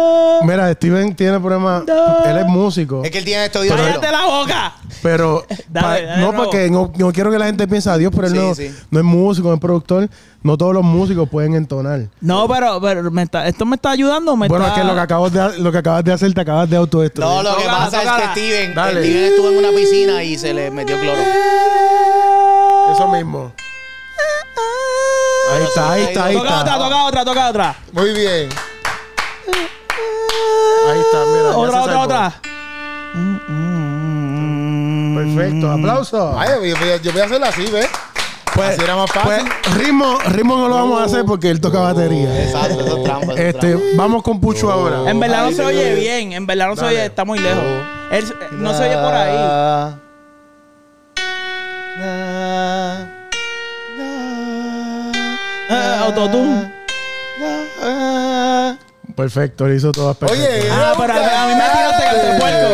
Mira, Steven tiene problemas.
No.
Él es músico.
Es que él tiene este oído
¡Cállate
solo.
la boca!
Pero
Dale,
pa-
dale,
no
Robo.
porque no, no quiero que la gente piense a Dios, pero él
Sí,
no,
sí.
no es músico, no es productor. No todos los músicos pueden entonar.
No, pero, pero me está- esto me está ayudando. Me
bueno,
está...
es que lo que acabas de lo que acabas de hacer te acabas de autodestruir.
No, lo que
Tócala,
pasa es que
tócala.
Steven,
Dale.
Steven estuvo en una piscina y se le metió cloro.
Eso mismo. Ahí está, ahí está, ahí
Toca otra,
está.
toca otra, toca otra.
Muy bien.
Ahí está, mira. ya
Otra,
se
otra,
salvó.
otra.
Perfecto, aplauso.
Ay, yo, voy a- yo voy a hacerla así, ¿ves?
Pues,
así era más fácil.
pues, ritmo, ritmo no lo vamos a hacer porque él toca batería.
Exacto, Uh. eso es trampa. eso es
Este,
trampa.
vamos con
Uh.
Pucho ahora.
En verdad no
Ahí
se
se
oye
oye.
bien, en verdad no se
Dale. Ah.
oye, está muy lejos. Él se- no se oye por ahí. Eh, autotune.
Perfecto, le hizo todas perfectas.
eh,
Oye,
Ah, pero a a mí me tiró este canto puerco.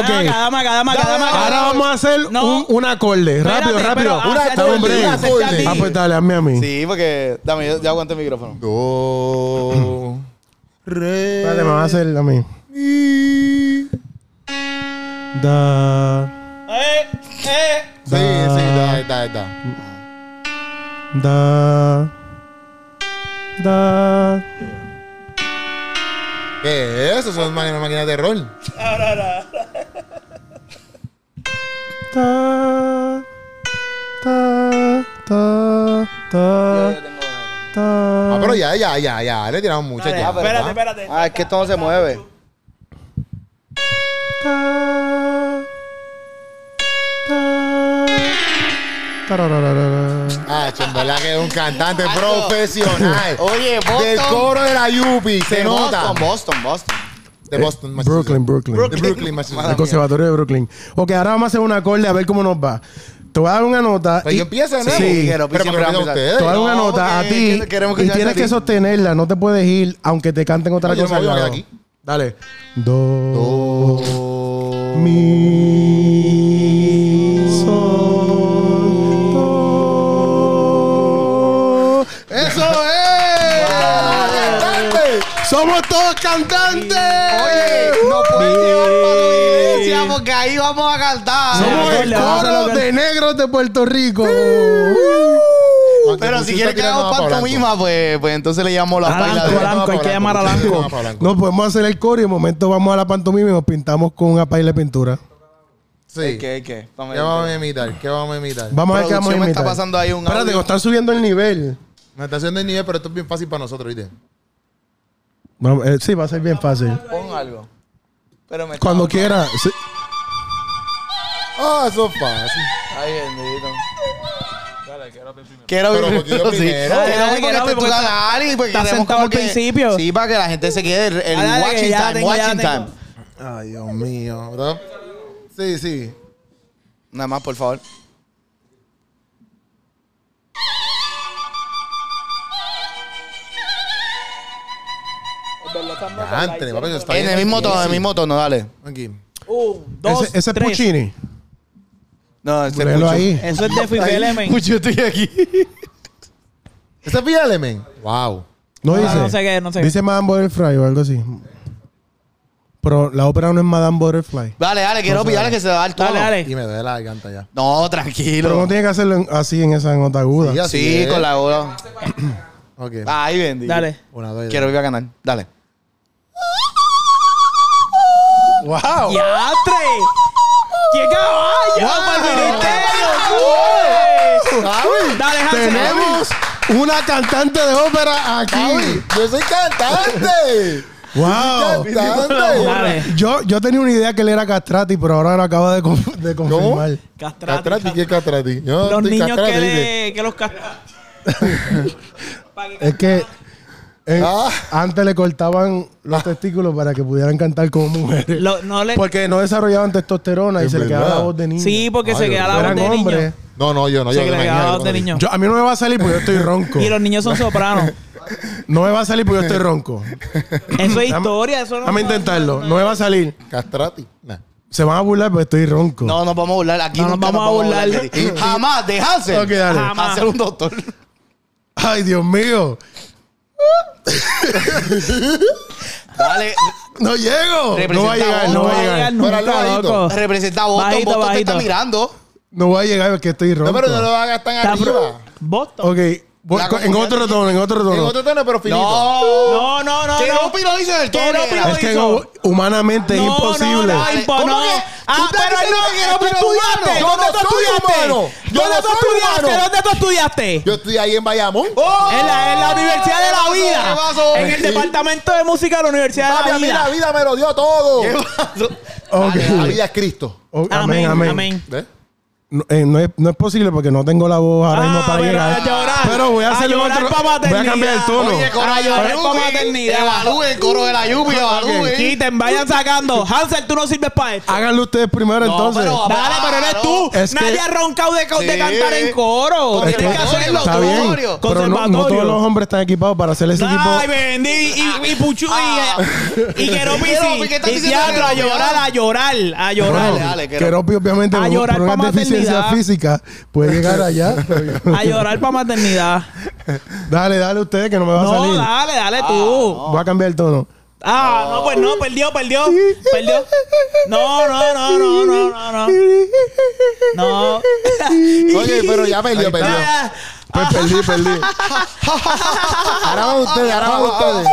Ok.
Dame acá, dame acá, dame acá, dame acá.
Ahora vamos a hacer
No.
un, un acorde.
Espérate, ah,
Rápido,
pero hazte
rápido.
a ti,
Dame un break.
hazte a ti.
Ah, pues dale, hazme a mí.
Sí, porque. Dame, yo, yo aguanto el micrófono.
Do. Re.
Dale, me vas a hacer a mí.
mi.
Da,
Eh, eh.
Sí, sí, da, da, da.
da, da.
¿Qué es eso? Son máquinas máquinas de rol.
Ta, ta, ta, ta,
Ah,
ta.
pero ya, ya, ya, ya. Le tiramos mucho
Dale,
ya.
espérate,
¿verdad?
espérate.
Ah, es que esto no se mueve.
Ta, ta, tarararara.
Ah, che, en verdad que es un cantante profesional.
Oye, Boston.
Del coro de la Yupi, se
De
nota.
Boston, Boston, Boston.
De Boston, Massachusetts.
Brooklyn, Brooklyn.
De Brooklyn, Ah,
El
Massachusetts.
conservatorio de Brooklyn. Ok, ahora vamos a hacer un acorde a ver cómo nos va. Te voy a dar una nota.
Pero
y-
Pues yo empiezo de nuevo.
Sí.
pero porque
Siempre
lo empiezan
vamos a
ustedes.
Te voy a dar una
No,
nota a
porque
ti
que- queremos
y
escucharte
tienes
a ti.
que sostenerla, no te puedes ir aunque te canten otra
No, yo
cosa.
me
al
voy a
lado.
quedar aquí.
Dale. Do,
Do.
mi sol. do.
¡Eso es! ¡Cantante!
Somos todos cantantes.
Oye, no puedes llevar para la iglesia porque ahí vamos a cantar.
Somos el
Dale, vamos a
coro
lograr.
de negros de Puerto Rico.
Aunque
Pero
tú
si
sí
quieres
estás
que
tirando
hagamos
más para
pantomima, pues, pues entonces le llamamos la
Ah,
paila
Blanco,
de...
Blanco, hay que llamar a Blanco.
Blanco.
No podemos hacer el coro y de momento vamos a la pantomima y nos pintamos con una paila de pintura.
Sí. ¿Qué
¿Qué, qué? Vamos a
vamos a imitar? ¿Qué vamos a imitar?
Vamos a ver qué vamos a
Producción me está
imitar.
pasando ahí un
Espérate,
audio.
que están subiendo el nivel.
Me está haciendo el nivel, pero esto es bien fácil para nosotros, ¿viste?
Vamos, eh, sí, va a ser bien fácil.
Pon algo. Pero me está-
Cuando quiera. sí.
Ah, eso es fácil.
Ay, bendito. Quiero
Pero
vivir
porque yo
sí.
primero.
Quiero
Dale,
vivir porque
quiero
este es tu
porque está-
canal y porque
está
queremos
sentado
como
al
que-
principio.
Sí, para que la gente se quede el, el
Ah, dale, que
watching
ya la
time.
tengo, ya la
watching
tengo.
time.
Ay, Dios mío, ¿verdad? Sí, sí.
Nada más, por favor.
Antes, papi, eso está
En
bien.
el mismo tono, en el mismo tono, dale.
Aquí.
Un, dos,
Ese, ese es
tres.
Puccini.
No, ese
Léelo
Pucho.
ahí.
Eso es de Fifi
Ahí,
Element.
Pucho, estoy aquí.
¿Ese es Vía Element? Wow.
No
Ah,
dice.
no sé qué, no sé qué.
Dice Mambo del Fry o algo así. Pero la ópera no es Madame Butterfly.
Vale, dale, quiero pillarle que se va al tono.
Dale, dale.
Y me duele la garganta ya.
No,
Pero
tranquilo.
no tiene que hacerlo en- así en esa nota aguda.
Sí, ya.
sí,
Así
con
es.
la bola.
Ok.
Ay, bendito.
eh. Dale.
Una, dos y
Quiero
tres.
vivir a ganar. Dale.
¡Wow!
¡Diatre! ¡Qué caballo! ¡Para el ministerio! tú!
¡Javi!
Dale, Hansel.
¡Tenemos!
Una cantante de ópera
¡Javi! ¡Yo soy cantante!
¡Wow!
¡Cantante!
Dale.
Yo, yo tenía una idea que él era castrati, pero ahora lo acaba de, con- de confirmar.
Castrati,
¿Castrati? ¿Qué es castrati? Yo
Los
estoy
niños
castrati,
que,
dije.
le, que los castraron.
Es que eh,
Ah.
antes le cortaban los testículos para que pudieran cantar como mujeres.
no le,
Porque no desarrollaban testosterona y
Es
se le quedaba
verdad.
la voz de niño.
sí, porque
Ay,
se queda la voz
Eran
de
hombres.
niño.
No, no, yo no.
Se
Yo
le
me
quedaba
imagino,
la
yo
voz de
cuando
niño.
Yo- a mí no me va a salir porque yo estoy ronco.
Y los niños son sopranos.
No me va a salir porque yo estoy ronco.
Eso es historia, eso no.
Vamos a intentarlo. No me va a salir.
dije, Castrati. Nah.
Se van a burlar porque estoy ronco.
No, nos vamos a burlar. Aquí
No, nos
nunca
vamos a burlar.
de ti. Jamás, de Hansel.
Ok, dale.
Jamás.
Hansel un doctor.
Ay, Dios mío.
Dale.
No llego. No va a llegar, no va a llegar.
nunca,
Pero hazlo bajito.
loco.
Representa a Boston.
Bajito,
Boston te
bajito.
está mirando.
No va a llegar porque estoy ronco.
No, pero no lo hagas tan
Está pro-
arriba.
Boston.
Ok. voy
La
co- en
comunidad-
otro tono, en otro
En
tono.
otro tono, pero finito.
No.
No, no, no.
Que
no.
no pirolice del
Que no
todo. nena.
pirolice.
Es que
hizo.
no, humanamente
No,
es imposible.
no, no,
Dale.
impo-
¿Cómo
no.
que?
Ah,
¿Tú estás
pero
diciendo
no,
que
que
no
no, tú estudiaste.
pirolice?
Yo
¿Dónde
no
tú
soy
estudiaste?
humano. Yo
¿Dónde
no
tú
soy
estudiaste?
humano.
¿Dónde tú estudiaste?
Yo estoy ahí en Bayamón.
¡Oh!
En la, en la Universidad de la
¿Qué
Vida.
pasó?
En el departamento de música de la Universidad
Papi,
de
a
la
mí
Vida.
la vida me lo dio todo.
¿Qué pasó?
Ok.
La vida es Cristo.
O-
Amén, amén.
¿Ves?
No, eh, no es, no es posible porque no tengo la voz ahora mismo
Ah,
para
pero
llegar.
a llorar.
pero voy a
A
hacer
llorar
otro.
pa'
Voy a
maternidad.
cambiar el tono.
Oye, coro
Ah,
de
yo
la
era pa'
Yupi.
maternidad.
Evalúe el coro de la Yupi, evalúe.
Quiten, vayan sacando. Hansel, tú no sirves para esto.
Háganlo ustedes primero entonces.
pero-
Dale, pero eres tú.
Ah, Es que-
Nadie ha roncado de, ca- de
Sí.
cantar en coro.
Es
Tienes que
que-
hacerlo.
Está
tú.
bien,
conservatorio.
pero no- no, todos
Conservatorio.
los hombres están equipados para hacer ese
Ay,
tipo.
vendí. Y, y Puchu.
Ah.
Y, y Queropi,
Queropi,
sí.
¿qué estás
Y
diciendo
teatro,
de
a
Queropi?
llorar, a llorar, a
Dale,
llorar.
Bueno. dale, que-
que Ropi, obviamente,
A
por
llorar
por
pa'
una deficiencia
maternidad.
física, puede llegar allá. pero yo-
A llorar para maternidad.
dale, dale ustedes que no me va a
No,
salir.
dale, dale tú.
Voy a cambiar el tono.
Ah, no, pues no, perdió, perdió. Perdió. No, no, no, no, no, no, no. No.
Oye, pero ya perdió,
Ahí está.
perdió.
Ah,
Pues perdí, perdí.
Ahora van ustedes, ahora van ustedes.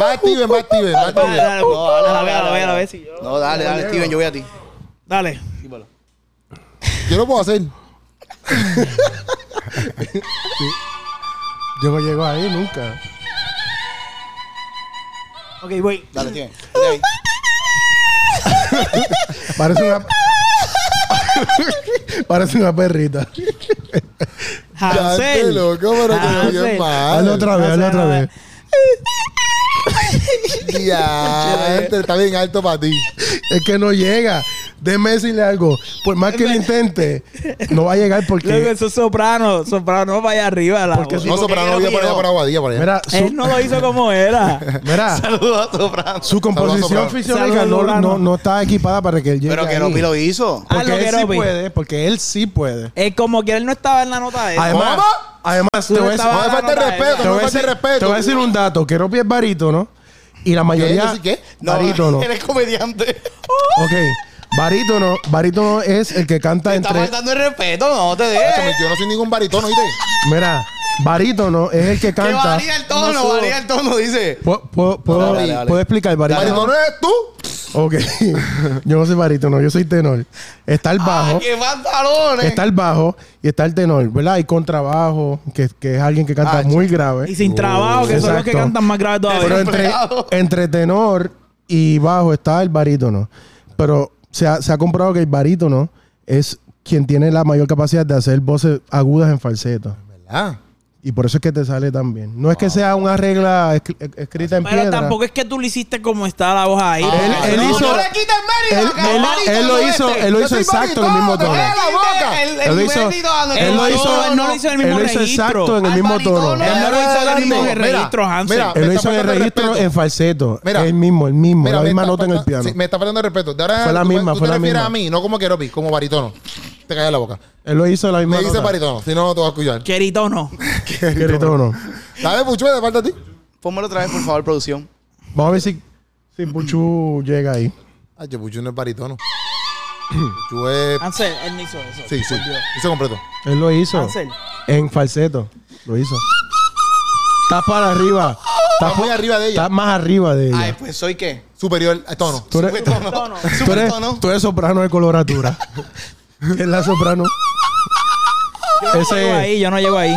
Va Steven, va Steven, va
Dale,
Steven.
dale.
No, dale,
A la
dale,
vez, a la vez, a
dale,
la
dale.
vez. si yo-
No, dale, dale, Steven, yo voy a ti.
Dale.
Yo lo puedo hacer.
Yo no llego ahí nunca.
Ok, voy.
Dale, Steven. Vete ahí.
Parece una. Parece una perrita. Ah,
Dante,
Hansel.
loco, pero te lo
Hansel.
bien
Hazlo
mal.
otra vez, hazlo otra vez.
Diante, este está bien alto para ti.
Es que no llega. Déjeme decirle algo. Por más que lo intente, no va a llegar
Luego,
porque.
eso es soprano. Soprano vaya arriba. La
Porque
voz.
Sí,
No, soprano, voy a poner para Aguadilla, por allá.
Mira,
Él
su,
Eh, no lo hizo como era.
mira,
Saludos a Soprano.
su composición
Saludos,
fisiológica
Saludos,
no,
Soprano.
no, no está equipada para que él llegue.
Pero que
ahí.
Ropi lo hizo.
Ah, lo
Porque
que
él sí
Ropi.
puede, porque él sí puede.
Es como que él no estaba en la nota de él.
Además,
¿Cómo?
además te
no
voy
No
a decir-
estabas-
me falte
Ahora,
respeto,
te
no me
voy a
falte
decir- te
respeto.
voy a decir un dato. Que Ropi es barítono y la
¿Yo
mayoría.
soy qué?
No,
Barítono.
eres comediante.
Ok. Barítono, barítono es el que canta
Está
entre.
faltando el respeto, no te
eh.
dejes.
Yo no soy ningún baritón, ¿oíste?
Mira, barítono es el que
Que
canta.
varía el tono, varía el tono, dice.
¿Puedo, puedo, puedo-
Dale, dale, dale.
puedo explicar? Barítono.
Baritón eres tú.
Ok. yo no soy barítono, yo soy tenor. Está el
Ah,
bajo.
qué pantalones.
Está el bajo y está el tenor, ¿verdad? Y contrabajo, que, que es alguien que canta
Ah,
muy grave.
Y sin trabajo, que son los que
Exacto.
cantan más grave
Pero
todavía.
entre,
Empleado.
entre tenor y bajo está el barítono. Pero se ha, se ha comprobado que el barítono es quien tiene la mayor capacidad de hacer voces agudas en falseto.
¿Verdad?
Y por eso es que te sale tan bien. No es que sea una regla escri- eh, escrita en
Pero
piedra.
tampoco es que tú lo hiciste como está la voz ahí.
Él- él
no,
hizo-
no le quites
él,
mérito.
él- él lo hizo,
este.
él lo hizo exacto en el mismo tono.
¡Calla la boca!
Él lo hizo, él lo hizo,
él no lo hizo en el
él
mismo
lo hizo
registro.
exacto en el
Al
mismo
barítono
tono.
no
Él no lo hizo en el mismo
Mira,
registro, Hansel.
mira,
Él
me
lo
está
hizo en el
faltando
registro
respeto.
en falseto.
Mira.
el mismo, el mismo.
Mira,
la
me
misma
está
nota en el
faltando-
piano.
sí, me está faltando el respeto. De ahora,
Fue la
tú me-
misma,
tú
fue
te
la
refieres
misma.
a mí, no como Keropi, como baritono. Te callas la boca.
Él lo hizo en la misma
Me dice
nota.
baritono, si no, no te vas a escuchar.
Querito no.
Qué ritono.
Dale, Puchu, te falta a ti.
Pónmelo otra vez, por favor, producción.
Vamos a ver si, Sí, Puchu llega ahí.
Ah, yo, Puchu no es baritono. Puchu es.
Ansel, él no hizo eso.
Sí, sí.
Por Dios.
Eso completo.
Él lo hizo.
Ansel.
En falseto. Lo hizo. Estás para arriba.
Está
Estás,
muy arriba de ella.
estás más arriba de
Ay,
ella.
pues soy qué.
Superior al tono.
Tú eres,
No, no.
tú eres-
Supertono.
tú eres soprano de coloratura. es la soprano.
Yo no llego ahí, yo no llego ahí.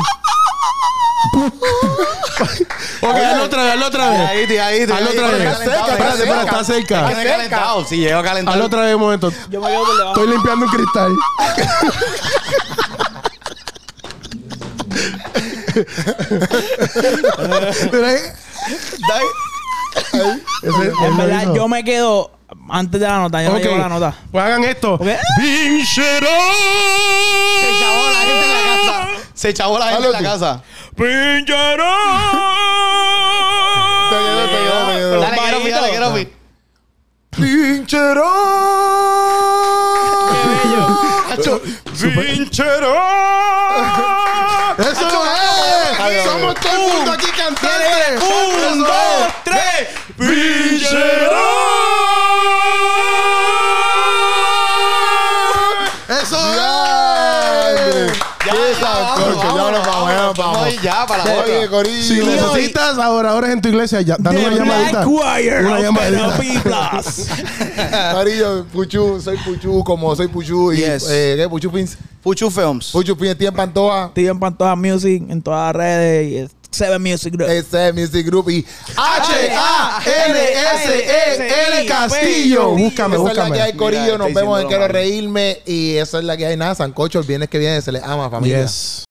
Ok, hazlo otra vez, hazlo otra vez.
Ahí, tío, ahí, tío.
Hazlo
ahí,
otra
tío,
vez.
Está
calentado,
cerca,
ahí,
Espérate, espérate, está
calentado.
cerca.
Ahí, calentado. Sí, llego
Hazlo
calentado.
otra vez un momento.
Yo me llevo por debajo.
Estoy limpiando un cristal.
Dale.
¿eh? Ese- él
En
lo
verdad,
hizo.
yo me quedo antes de la nota. Yo
Ok,
no llevo la nota.
Pues hagan esto.
Ok.
¡Vincherón!
Se chavó la gente en la casa. Se chavó la gente en la
Hazlo tú.
casa.
Te ayudó, te ayudó, te ayudó.
Dale, quiero mi, dale, quiero mi. Hacho,
¡Eso es!
Ay, ay, ay.
¡Somos todo el mundo aquí cantantes!
¡Un, dos, tres!
¡Eso
¡Diablo!
es!
Ya,
¡Qué
ya,
sancocho! Ya
vamos,
nos vamos, ya nos
vamos,
vamos.
vamos, ya, para la
Oye,
boca.
Corillo.
Si necesitas adoradores en tu iglesia, ya, dame una
The
llamadita.
Black Wire
Una
of
llamadita.
Canopy Plus.
Corillo, Puchu, soy Puchu, como soy Puchu. Y,
Yes.
eh, ¿Qué? Puchu Pins.
Puchu Films.
Puchu Pins, tiene en Pantoa.
Estoy en Pantoja Music, en todas las redes. y es Seven Music Group.
Ese Music Group y E
H-A-N-S-E-L Castillo. Búscame,
pues. Esa es la que
búscame.
hay, Corillo.
Mira,
Nos
está
vemos en
diciéndolo
Quiero
mal.
Reírme. Y eso es la que hay. Nada, Sancocho, el viernes que viene se les ama, familia.
Yes.